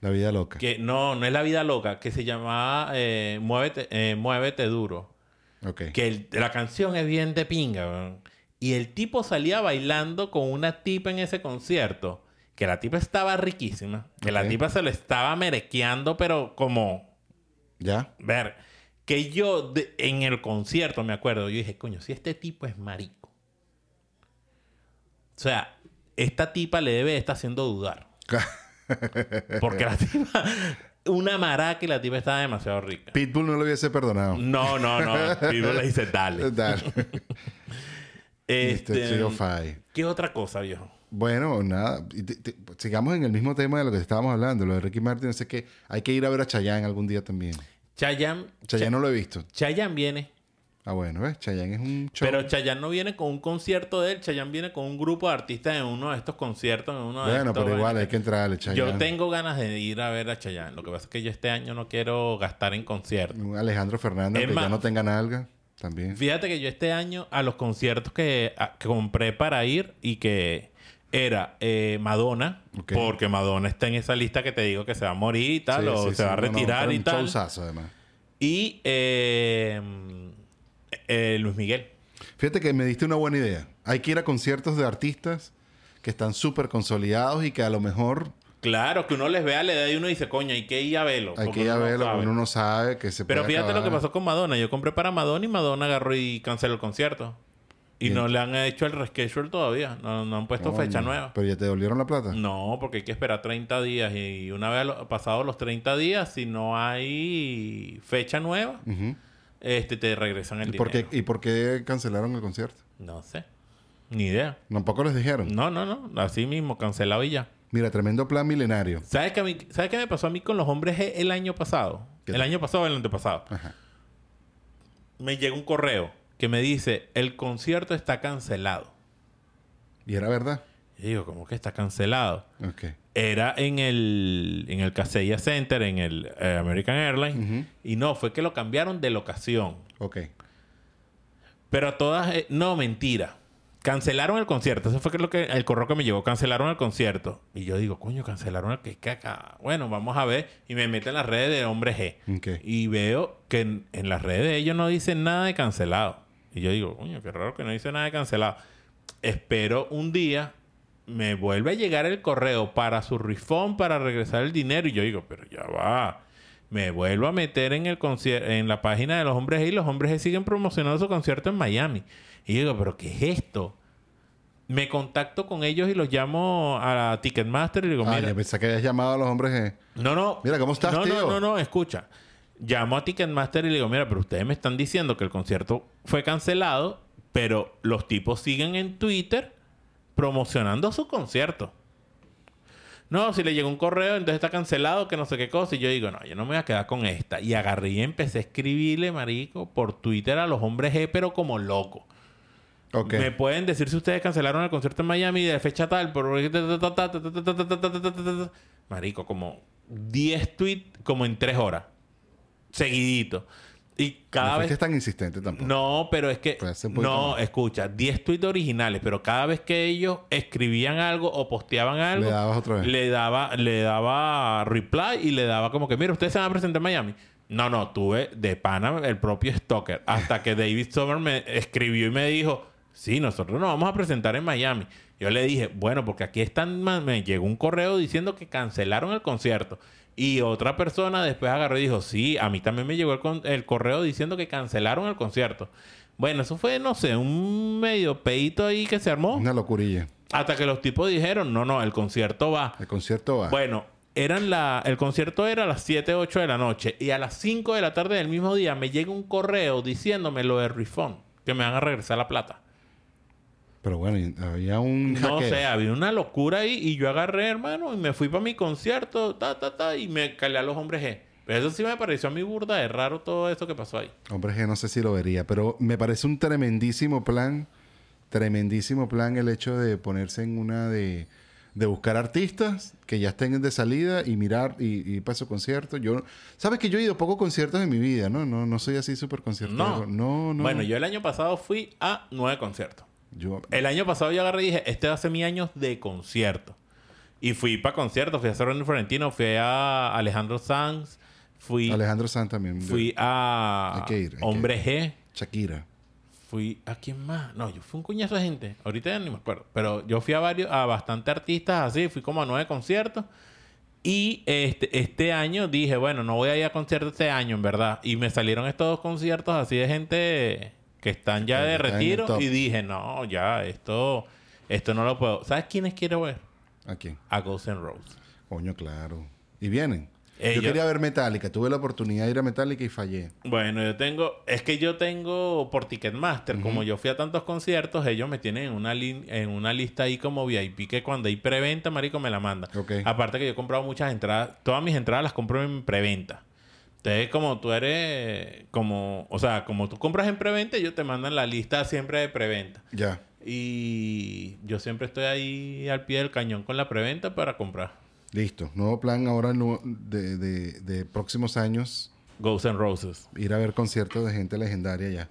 [SPEAKER 1] La vida loca.
[SPEAKER 2] que no, no es La Vida Loca, que se llamaba eh, Muévete, eh, Muévete Duro.
[SPEAKER 1] Ok.
[SPEAKER 2] Que el- la canción es bien de pinga, weón. Y el tipo salía bailando con una tipa en ese concierto. Que la tipa estaba riquísima. Que la
[SPEAKER 1] Ok.
[SPEAKER 2] tipa se lo estaba merequeando, pero como...
[SPEAKER 1] ¿Ya?
[SPEAKER 2] Ver, que yo de- en el concierto, me acuerdo, yo dije, coño, si este tipo es marico. O sea, esta tipa le debe estar haciendo dudar. Porque la tipa... Una maraca y la tipa estaba demasiado rica.
[SPEAKER 1] Pitbull no lo hubiese perdonado.
[SPEAKER 2] No, no, no. Pido le dice,
[SPEAKER 1] (laughs)
[SPEAKER 2] dale.
[SPEAKER 1] Dale.
[SPEAKER 2] Este,
[SPEAKER 1] Mr. 305.
[SPEAKER 2] ¿Qué otra cosa, viejo?
[SPEAKER 1] Bueno, nada. y te- te- sigamos en el mismo tema de lo que estábamos hablando, lo de Ricky Martin. Sé que hay que ir a ver a Chayanne algún día también.
[SPEAKER 2] Chayanne...
[SPEAKER 1] Chayanne no lo he visto.
[SPEAKER 2] Chayanne viene.
[SPEAKER 1] Ah, bueno, ¿ves? Chayanne es un show.
[SPEAKER 2] Pero Chayanne no viene con un concierto de él. Chayanne viene con un grupo de artistas en uno de estos conciertos, en uno de
[SPEAKER 1] bueno,
[SPEAKER 2] estos-
[SPEAKER 1] pero igual hay que entrarle, Chayanne.
[SPEAKER 2] Yo tengo ganas de ir a ver a Chayanne. Lo que pasa es que yo este año no quiero gastar en conciertos.
[SPEAKER 1] Un Alejandro Fernández,
[SPEAKER 2] Es
[SPEAKER 1] que ya
[SPEAKER 2] más-
[SPEAKER 1] no tenga nalga, también.
[SPEAKER 2] Fíjate que yo este año a los conciertos que, a- que compré para ir y que era eh, Madonna,
[SPEAKER 1] Ok.
[SPEAKER 2] porque Madonna está en esa lista que te digo que se va a morir y tal,
[SPEAKER 1] Sí,
[SPEAKER 2] o
[SPEAKER 1] sí,
[SPEAKER 2] se
[SPEAKER 1] sí.
[SPEAKER 2] va a
[SPEAKER 1] No, no,
[SPEAKER 2] retirar
[SPEAKER 1] era
[SPEAKER 2] y
[SPEAKER 1] un
[SPEAKER 2] tal.
[SPEAKER 1] showzazo, además.
[SPEAKER 2] Y eh, eh, Luis Miguel.
[SPEAKER 1] Fíjate que me diste una buena idea. Hay que ir a conciertos de artistas que están súper consolidados y que a lo mejor
[SPEAKER 2] Claro, que uno les vea, le da y uno dice, coño, hay que ir a verlo.
[SPEAKER 1] hay
[SPEAKER 2] porque
[SPEAKER 1] que ir a
[SPEAKER 2] uno no
[SPEAKER 1] verlo
[SPEAKER 2] sabe.
[SPEAKER 1] porque uno no sabe que se
[SPEAKER 2] Pero
[SPEAKER 1] puede
[SPEAKER 2] fíjate lo que
[SPEAKER 1] acabar.
[SPEAKER 2] pasó con Madonna. Yo compré para Madonna y Madonna agarró y canceló el concierto. Y
[SPEAKER 1] Bien.
[SPEAKER 2] no le han hecho el reschedule todavía. No, no han puesto
[SPEAKER 1] Coño,
[SPEAKER 2] fecha nueva.
[SPEAKER 1] Pero ya te devolvieron la plata.
[SPEAKER 2] No, porque hay que esperar 30 días. Y una vez lo- pasados los 30 días, si no hay fecha nueva,
[SPEAKER 1] Ujú.
[SPEAKER 2] este te regresan el
[SPEAKER 1] ¿Y, por qué,
[SPEAKER 2] dinero.
[SPEAKER 1] ¿Y por qué cancelaron el concierto?
[SPEAKER 2] No sé. Ni idea.
[SPEAKER 1] Tampoco les dijeron.
[SPEAKER 2] No, no, no. Así mismo, cancelado y ya.
[SPEAKER 1] Mira, tremendo plan milenario.
[SPEAKER 2] ¿Sabes qué, a mí- ¿Sabes qué me pasó a mí con los hombres G el año pasado?
[SPEAKER 1] ¿Qué
[SPEAKER 2] El
[SPEAKER 1] tal?
[SPEAKER 2] año pasado o el antepasado.
[SPEAKER 1] Ajá.
[SPEAKER 2] Me llega un correo que me dice, el concierto está cancelado.
[SPEAKER 1] Y era verdad.
[SPEAKER 2] Y digo, ¿cómo que está cancelado?
[SPEAKER 1] Ok.
[SPEAKER 2] Era en el, en el Casella Center, en el eh, American Airlines.
[SPEAKER 1] Ujú.
[SPEAKER 2] Y no, fue que lo cambiaron de locación.
[SPEAKER 1] Ok.
[SPEAKER 2] Pero a todas... eh, no, mentira. Cancelaron el concierto. Eso fue que lo que, el correo que me llegó. Cancelaron el concierto. Y yo digo, coño, cancelaron el que caca. Bueno, vamos a ver. Y me meto en las redes de Hombre G.
[SPEAKER 1] Ok.
[SPEAKER 2] Y veo que en, en las redes de ellos no dicen nada de cancelado. Y yo digo, coño, qué raro que no dice nada de cancelado. Espero un día, me vuelve a llegar el correo para su rifón, para regresar el dinero. Y yo digo, pero ya va. Me vuelvo a meter en el concier- en la página de los hombres G y los hombres G siguen promocionando su concierto en Miami. Y yo digo, pero ¿qué es esto? Me contacto con ellos y los llamo a Ticketmaster y digo,
[SPEAKER 1] Ah,
[SPEAKER 2] mira,
[SPEAKER 1] ya pensé que habías llamado a los hombres que...
[SPEAKER 2] no, no.
[SPEAKER 1] Mira, ¿cómo estás,
[SPEAKER 2] no,
[SPEAKER 1] tío?
[SPEAKER 2] No, no, no, escucha. Llamo a Ticketmaster y le digo, mira, pero ustedes me están diciendo que el concierto fue cancelado, pero los tipos siguen en Twitter promocionando su concierto. No, si le llegó un correo, entonces está cancelado, que no sé qué cosa. Y yo digo, no, yo no me voy a quedar con esta. Y agarré y empecé a escribirle, marico, por Twitter a los hombres G, pero como loco.
[SPEAKER 1] Ok.
[SPEAKER 2] Me pueden decir si ustedes cancelaron el concierto en Miami de fecha tal, por marico, como 10 tweets como en 3 horas. Seguidito. Y cada
[SPEAKER 1] no
[SPEAKER 2] vez
[SPEAKER 1] fuiste tan insistente tampoco.
[SPEAKER 2] no, pero es que
[SPEAKER 1] Fue hace un poquito
[SPEAKER 2] no,
[SPEAKER 1] más.
[SPEAKER 2] escucha, 10 tweets originales, pero cada vez que ellos escribían algo o posteaban algo,
[SPEAKER 1] Le dabas otra vez.
[SPEAKER 2] le daba le daba reply y le daba como que, "Mira, ustedes se van a presentar en Miami." No, no, tuve de pana el propio stalker hasta que David Sommer me escribió y me dijo, "Sí, nosotros nos vamos a presentar en Miami." Yo le dije, "Bueno, porque aquí están ma- me llegó un correo diciendo que cancelaron el concierto." Y otra persona después agarró y dijo, sí, a mí también me llegó el, con- el correo diciendo que cancelaron el concierto. Bueno, eso fue, no sé, un medio peito ahí que se armó.
[SPEAKER 1] Una locurilla.
[SPEAKER 2] Hasta que los tipos dijeron, no, no, el concierto va.
[SPEAKER 1] El concierto va.
[SPEAKER 2] Bueno, eran la, el concierto era a las 7, 8 de la noche. Y a las 5 de la tarde del mismo día me llega un correo diciéndome lo de refund, que me van a regresar la plata.
[SPEAKER 1] Pero bueno, y- había un
[SPEAKER 2] No
[SPEAKER 1] hackeo.
[SPEAKER 2] sé, había una locura ahí y yo agarré, hermano, y me fui para mi concierto, ta, ta, ta, y me calé a los hombres G. Pero eso sí me pareció a mí burda de raro todo esto que pasó ahí.
[SPEAKER 1] Hombre, que no sé si lo vería, pero me parece un tremendísimo plan, tremendísimo plan el hecho de ponerse en una de, de buscar artistas que ya estén de salida y mirar y, y ir para su concierto. Yo, sabes que yo he ido a pocos conciertos en mi vida, ¿no? No, no soy así súper
[SPEAKER 2] No.
[SPEAKER 1] conciertero. No, no.
[SPEAKER 2] Bueno, yo el año pasado fui a nueve conciertos.
[SPEAKER 1] Yo-
[SPEAKER 2] El año pasado yo agarré y dije, este va a ser mi año de concierto. Y fui para conciertos, fui a Serrano Florentino, fui a Alejandro Sanz, fui,
[SPEAKER 1] Alejandro Sanz también. yo-
[SPEAKER 2] fui a
[SPEAKER 1] Hay que ir, hay que
[SPEAKER 2] Hombre G,
[SPEAKER 1] Shakira.
[SPEAKER 2] fui a quién más. No, yo fui un cuñazo de gente. Ahorita ya ni me acuerdo. Pero yo fui a varios, a bastante artistas así, fui como a nueve conciertos. Y este, este año dije, bueno, no voy a ir a conciertos este año, en verdad. Y me salieron estos dos conciertos así de gente que están ya
[SPEAKER 1] Que
[SPEAKER 2] de
[SPEAKER 1] están en el
[SPEAKER 2] retiro.
[SPEAKER 1] top.
[SPEAKER 2] Y dije, no, ya, esto, esto no lo puedo. ¿Sabes quiénes quiero ver?
[SPEAKER 1] ¿A quién?
[SPEAKER 2] A Guns N' Roses.
[SPEAKER 1] Coño, claro. Y vienen.
[SPEAKER 2] Eh,
[SPEAKER 1] yo
[SPEAKER 2] yo-
[SPEAKER 1] quería ver Metallica. Tuve la oportunidad de ir a Metallica y fallé.
[SPEAKER 2] Bueno, yo tengo, es que yo tengo por Ticketmaster, como yo fui a tantos conciertos, ellos me tienen en una, lin- en una lista ahí como VIP que cuando hay preventa, marico, me la manda.
[SPEAKER 1] Ok.
[SPEAKER 2] Aparte que yo he comprado muchas entradas, todas mis entradas las compro en preventa. Entonces, como tú eres, como, o sea, como tú compras en preventa, ellos te mandan la lista siempre de preventa.
[SPEAKER 1] Ya.
[SPEAKER 2] Y yo siempre estoy ahí al pie del cañón con la preventa para comprar.
[SPEAKER 1] Listo. Nuevo plan ahora nu- de, de- de próximos años
[SPEAKER 2] Ghosts and Roses.
[SPEAKER 1] ir a ver conciertos de gente legendaria ya.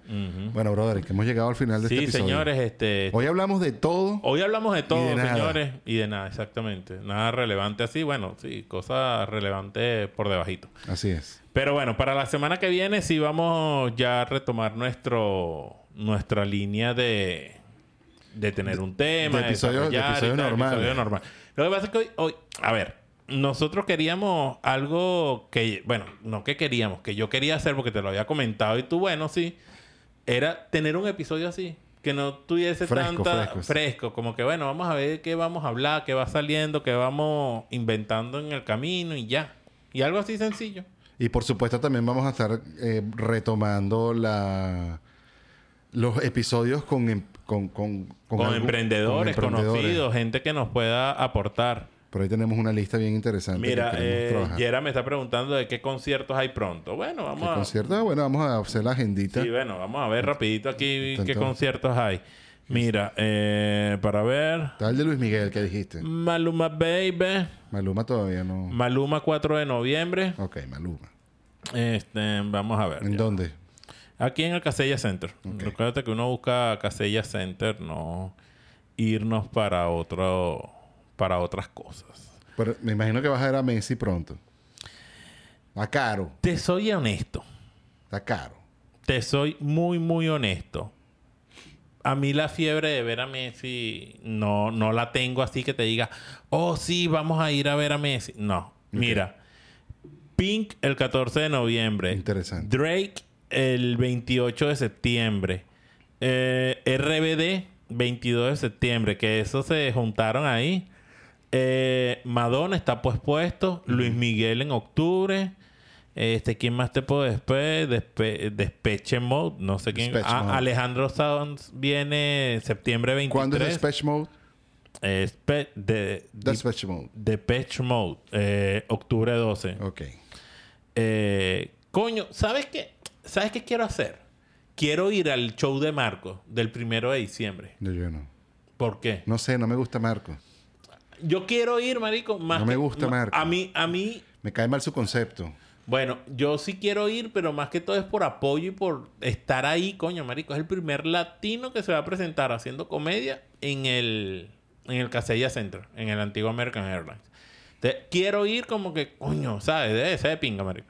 [SPEAKER 1] Bueno, brother, que hemos llegado al final de
[SPEAKER 2] Sí,
[SPEAKER 1] este episodio.
[SPEAKER 2] señores, Oh. este.
[SPEAKER 1] Hoy hablamos de todo.
[SPEAKER 2] Hoy hablamos de todo,
[SPEAKER 1] de nada.
[SPEAKER 2] señores, y de nada, exactamente. Nada relevante así, bueno, sí, cosas relevantes por debajito.
[SPEAKER 1] Así es.
[SPEAKER 2] Pero bueno, para la semana que viene sí vamos ya a retomar nuestro nuestra línea de, de tener un tema,
[SPEAKER 1] de episodio- de
[SPEAKER 2] desarrollar y
[SPEAKER 1] episodio
[SPEAKER 2] tal,
[SPEAKER 1] normal.
[SPEAKER 2] episodio normal. Lo que pasa es que hoy, hoy- a ver, nosotros queríamos algo que, bueno, no que queríamos, que yo quería hacer porque te lo había comentado y tú, bueno, sí, era tener un episodio así. Que no tuviese
[SPEAKER 1] Fresco,
[SPEAKER 2] tanta
[SPEAKER 1] fresco, sí.
[SPEAKER 2] fresco, como que bueno, vamos a ver qué vamos a hablar, qué va saliendo, qué vamos inventando en el camino y ya. Y algo así sencillo.
[SPEAKER 1] Y por supuesto también vamos a estar eh, retomando la, los episodios con, em- con, con,
[SPEAKER 2] con,
[SPEAKER 1] algún-
[SPEAKER 2] emprendedores,
[SPEAKER 1] con emprendedores.
[SPEAKER 2] conocidos, gente que nos pueda aportar.
[SPEAKER 1] Por ahí tenemos una lista bien interesante. que
[SPEAKER 2] Mira,
[SPEAKER 1] queremos
[SPEAKER 2] eh,
[SPEAKER 1] trabajar.
[SPEAKER 2] Yera me está preguntando de qué conciertos hay pronto. Bueno,
[SPEAKER 1] ¿Qué
[SPEAKER 2] vamos a...
[SPEAKER 1] conciertos? Bueno, vamos a hacer la agendita.
[SPEAKER 2] Sí, bueno, vamos a ver rapidito aquí
[SPEAKER 1] Tanto-
[SPEAKER 2] qué conciertos hay. Mira, eh, para ver...
[SPEAKER 1] Está el de Luis Miguel que dijiste.
[SPEAKER 2] Maluma Baby,
[SPEAKER 1] Maluma todavía no.
[SPEAKER 2] Maluma 4 de noviembre.
[SPEAKER 1] ok, Maluma.
[SPEAKER 2] Este, vamos a ver.
[SPEAKER 1] ¿En
[SPEAKER 2] ya.
[SPEAKER 1] dónde?
[SPEAKER 2] Aquí en el Casella Center. Recuerda que uno busca Casella Center, no irnos para otro, para otras cosas.
[SPEAKER 1] Pero me imagino que vas a ver a Messi pronto. Está caro.
[SPEAKER 2] Te soy honesto.
[SPEAKER 1] Está caro.
[SPEAKER 2] Te soy muy, muy honesto. A mí la fiebre de ver a Messi no, no la tengo así que te diga, oh sí, vamos a ir a ver a Messi. No, mira, Pink el 14 de noviembre.
[SPEAKER 1] Interesante.
[SPEAKER 2] Drake el 28 de septiembre. Eh, RBD 22 de septiembre, que eso se juntaron ahí. Eh, Madonna está pospuesto. Luis Miguel en octubre. Este, ¿quién más te puedo despe despe- despeche mode? No sé quién.
[SPEAKER 1] Despeche
[SPEAKER 2] Ah,
[SPEAKER 1] Mode.
[SPEAKER 2] Alejandro Sanz viene septiembre 23.
[SPEAKER 1] ¿Cuándo es Depeche Mode?
[SPEAKER 2] Eh, Spe- de, de,
[SPEAKER 1] Depeche Mode.
[SPEAKER 2] Depeche Mode, eh, octubre 12.
[SPEAKER 1] Ok.
[SPEAKER 2] Eh, coño, ¿sabes qué? ¿Sabes qué quiero hacer? Quiero ir al show de Marco del primero de diciembre.
[SPEAKER 1] No, yo no.
[SPEAKER 2] ¿Por qué?
[SPEAKER 1] No sé, no me gusta Marco.
[SPEAKER 2] Yo quiero ir, marico. Más
[SPEAKER 1] No me
[SPEAKER 2] que-
[SPEAKER 1] gusta
[SPEAKER 2] ma-
[SPEAKER 1] Marco.
[SPEAKER 2] A mí, a mí,
[SPEAKER 1] Me cae mal su concepto.
[SPEAKER 2] bueno, yo sí quiero ir, pero más que todo es por apoyo y por estar ahí, coño, marico. Es el primer latino que se va a presentar haciendo comedia en el, en el Casella Center, en el antiguo American Airlines. Entonces, quiero ir como que, coño, ¿sabes? Debe ser de pinga, marico.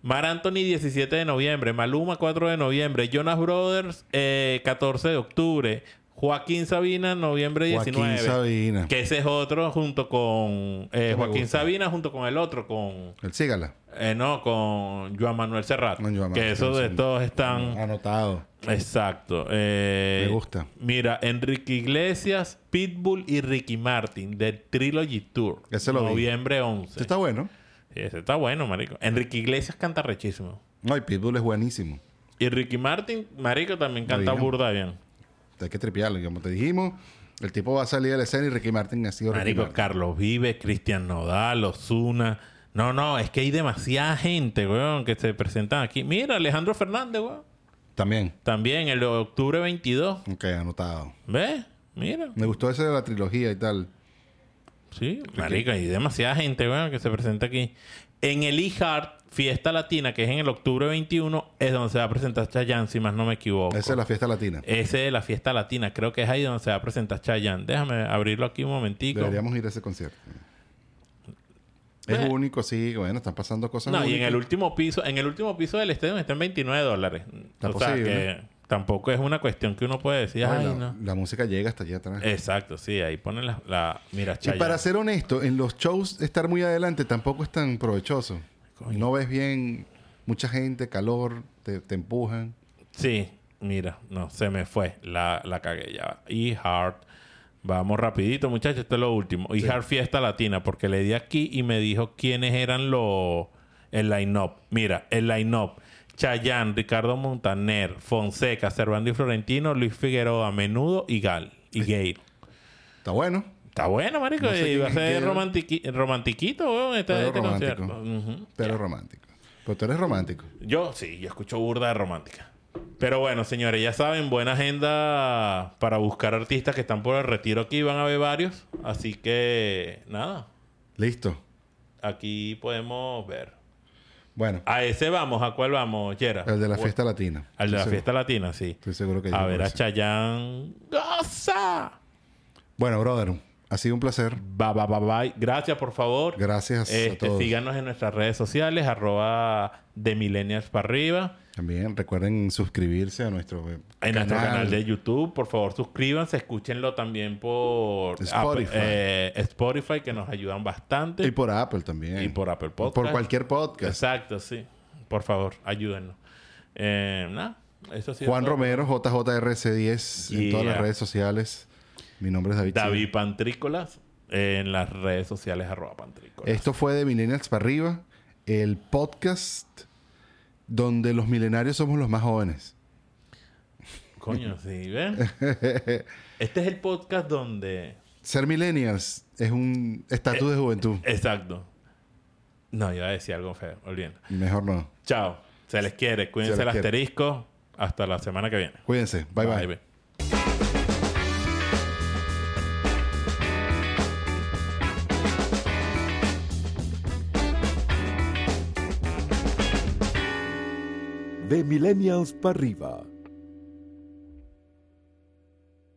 [SPEAKER 2] Mar Anthony 17 de noviembre, Maluma 4 de noviembre, Jonas Brothers eh, 14 de octubre, Joaquín Sabina noviembre
[SPEAKER 1] Joaquín
[SPEAKER 2] 19.
[SPEAKER 1] Sabina.
[SPEAKER 2] Que ese es otro junto con eh,
[SPEAKER 1] me
[SPEAKER 2] Joaquín
[SPEAKER 1] gusta.
[SPEAKER 2] Sabina junto con el otro, con...
[SPEAKER 1] El sígala.
[SPEAKER 2] Eh, no, con Joan Manuel Serrat.
[SPEAKER 1] Con Joan
[SPEAKER 2] que
[SPEAKER 1] Manuel,
[SPEAKER 2] esos de
[SPEAKER 1] sí.
[SPEAKER 2] todos están.
[SPEAKER 1] Anotado.
[SPEAKER 2] Exacto. Eh,
[SPEAKER 1] Me gusta.
[SPEAKER 2] Mira, Enrique Iglesias, Pitbull y Ricky Martin del Trilogy Tour.
[SPEAKER 1] Ese lo vi.
[SPEAKER 2] Noviembre 11.
[SPEAKER 1] Este Está bueno.
[SPEAKER 2] Sí, ese está bueno, marico. Enrique Iglesias canta rechísimo.
[SPEAKER 1] No, y Pitbull es buenísimo.
[SPEAKER 2] Y Ricky Martin, marico, también canta
[SPEAKER 1] Divino.
[SPEAKER 2] burda bien.
[SPEAKER 1] Hay que tripearlo. Y Como te dijimos, el tipo va a salir de la escena y Ricky Martin ha sido Ricky
[SPEAKER 2] Marico,
[SPEAKER 1] Martin.
[SPEAKER 2] Carlos Vives, Cristian Nodal, Osuna. No, no, es que hay demasiada gente, weón, que se presentan aquí. Mira, Alejandro Fernández, weón.
[SPEAKER 1] También.
[SPEAKER 2] También el de octubre 22.
[SPEAKER 1] Ok, anotado.
[SPEAKER 2] ¿Ves? Mira.
[SPEAKER 1] Me gustó ese de la trilogía y tal.
[SPEAKER 2] Sí, marica, hay demasiada gente, weón, que se presenta aquí. En el iHeart Fiesta Latina, que es en el octubre 21, es donde se va a presentar Chayanne, si más no me equivoco.
[SPEAKER 1] Esa es la fiesta latina.
[SPEAKER 2] Ese de la Fiesta Latina, creo que es ahí donde se va a presentar Chayanne. Déjame abrirlo aquí un momentico.
[SPEAKER 1] Deberíamos ir a ese concierto.
[SPEAKER 2] Bueno.
[SPEAKER 1] Es único, sí. Bueno, están pasando cosas
[SPEAKER 2] Pues, No, y en
[SPEAKER 1] únicas.
[SPEAKER 2] el último piso, en el último piso del estadio está en 29 dólares.
[SPEAKER 1] Está
[SPEAKER 2] o sea
[SPEAKER 1] posible.
[SPEAKER 2] que tampoco es una cuestión que uno puede decir,
[SPEAKER 1] Bueno,
[SPEAKER 2] ay, no. Eh,
[SPEAKER 1] La música llega hasta allá atrás.
[SPEAKER 2] Exacto, sí, ahí ponen la, la- mira,
[SPEAKER 1] Y
[SPEAKER 2] Chayanne.
[SPEAKER 1] para ser honesto, en los shows estar muy adelante tampoco es tan provechoso.
[SPEAKER 2] Coño.
[SPEAKER 1] No ves bien mucha gente, calor, te, te empujan.
[SPEAKER 2] Sí, mira, no, se me fue. La, la cagué ya. Y Heart. Vamos rapidito, muchachos, esto es lo último. Y Heart Fiesta Latina, porque le di aquí y me dijo quiénes eran los... El line-up. Mira, el line-up. Chayanne, Ricardo Montaner, Fonseca, Servando y Florentino, Luis Figueroa, Menudo y Gal. Y Gale.
[SPEAKER 1] Está bueno.
[SPEAKER 2] Está bueno, marico.
[SPEAKER 1] No sé
[SPEAKER 2] y va a
[SPEAKER 1] quién
[SPEAKER 2] ser
[SPEAKER 1] Gale.
[SPEAKER 2] romantiqui- romantiquito, weón, este,
[SPEAKER 1] Pero
[SPEAKER 2] este
[SPEAKER 1] romántico.
[SPEAKER 2] concierto. Ujú.
[SPEAKER 1] Pero romántico. Pero tú eres romántico.
[SPEAKER 2] Yo sí, yo escucho burda de romántica. Pero bueno, señores, ya saben, buena agenda para buscar artistas que están por el retiro aquí. Van a haber varios. Así que, nada,
[SPEAKER 1] Listo.
[SPEAKER 2] aquí podemos ver.
[SPEAKER 1] Bueno,
[SPEAKER 2] A ese vamos, ¿a cuál vamos, Yera?
[SPEAKER 1] el de la fiesta latina.
[SPEAKER 2] Al de la
[SPEAKER 1] Estoy
[SPEAKER 2] fiesta latina, sí.
[SPEAKER 1] Estoy seguro que yo
[SPEAKER 2] A ver,
[SPEAKER 1] por
[SPEAKER 2] a
[SPEAKER 1] eso.
[SPEAKER 2] Chayanne. ¡Goza!
[SPEAKER 1] seguro. Bueno, brother, ha sido un placer.
[SPEAKER 2] Bye, bye, bye, bye. Gracias, por favor.
[SPEAKER 1] Gracias a
[SPEAKER 2] Este,
[SPEAKER 1] todos.
[SPEAKER 2] síganos en nuestras redes sociales, arroba de millennials para arriba.
[SPEAKER 1] También recuerden suscribirse a nuestro eh,
[SPEAKER 2] En nuestro canal de YouTube, por favor, suscríbanse, escúchenlo también por
[SPEAKER 1] Spotify.
[SPEAKER 2] eh, Spotify, que nos ayudan bastante.
[SPEAKER 1] Y por Apple también.
[SPEAKER 2] Y por Apple Podcast.
[SPEAKER 1] Por cualquier podcast.
[SPEAKER 2] Exacto, sí. Por favor, ayúdennos. Eh, nada, eso sí.
[SPEAKER 1] Juan Romero, JJRC10 en todas
[SPEAKER 2] Yeah.
[SPEAKER 1] las redes sociales. Mi nombre es David. Silva.
[SPEAKER 2] David Pantrícolas eh, en las redes sociales arroba Pantrícolas.
[SPEAKER 1] Esto fue de Millennials para arriba, el podcast donde los milenarios somos los más jóvenes.
[SPEAKER 2] Coño,
[SPEAKER 1] (laughs)
[SPEAKER 2] sí, ¿ven? este es el podcast donde...
[SPEAKER 1] Ser millennials es un estatus de juventud.
[SPEAKER 2] Exacto. No, yo iba a decir algo feo, olvídalo.
[SPEAKER 1] Mejor no.
[SPEAKER 2] Chao. Se les quiere. Cuídense
[SPEAKER 1] Se les
[SPEAKER 2] el
[SPEAKER 1] quiere.
[SPEAKER 2] asterisco. Hasta la semana que viene.
[SPEAKER 1] Cuídense. bye. bye.
[SPEAKER 2] bye.
[SPEAKER 3] De Millennials para arriba.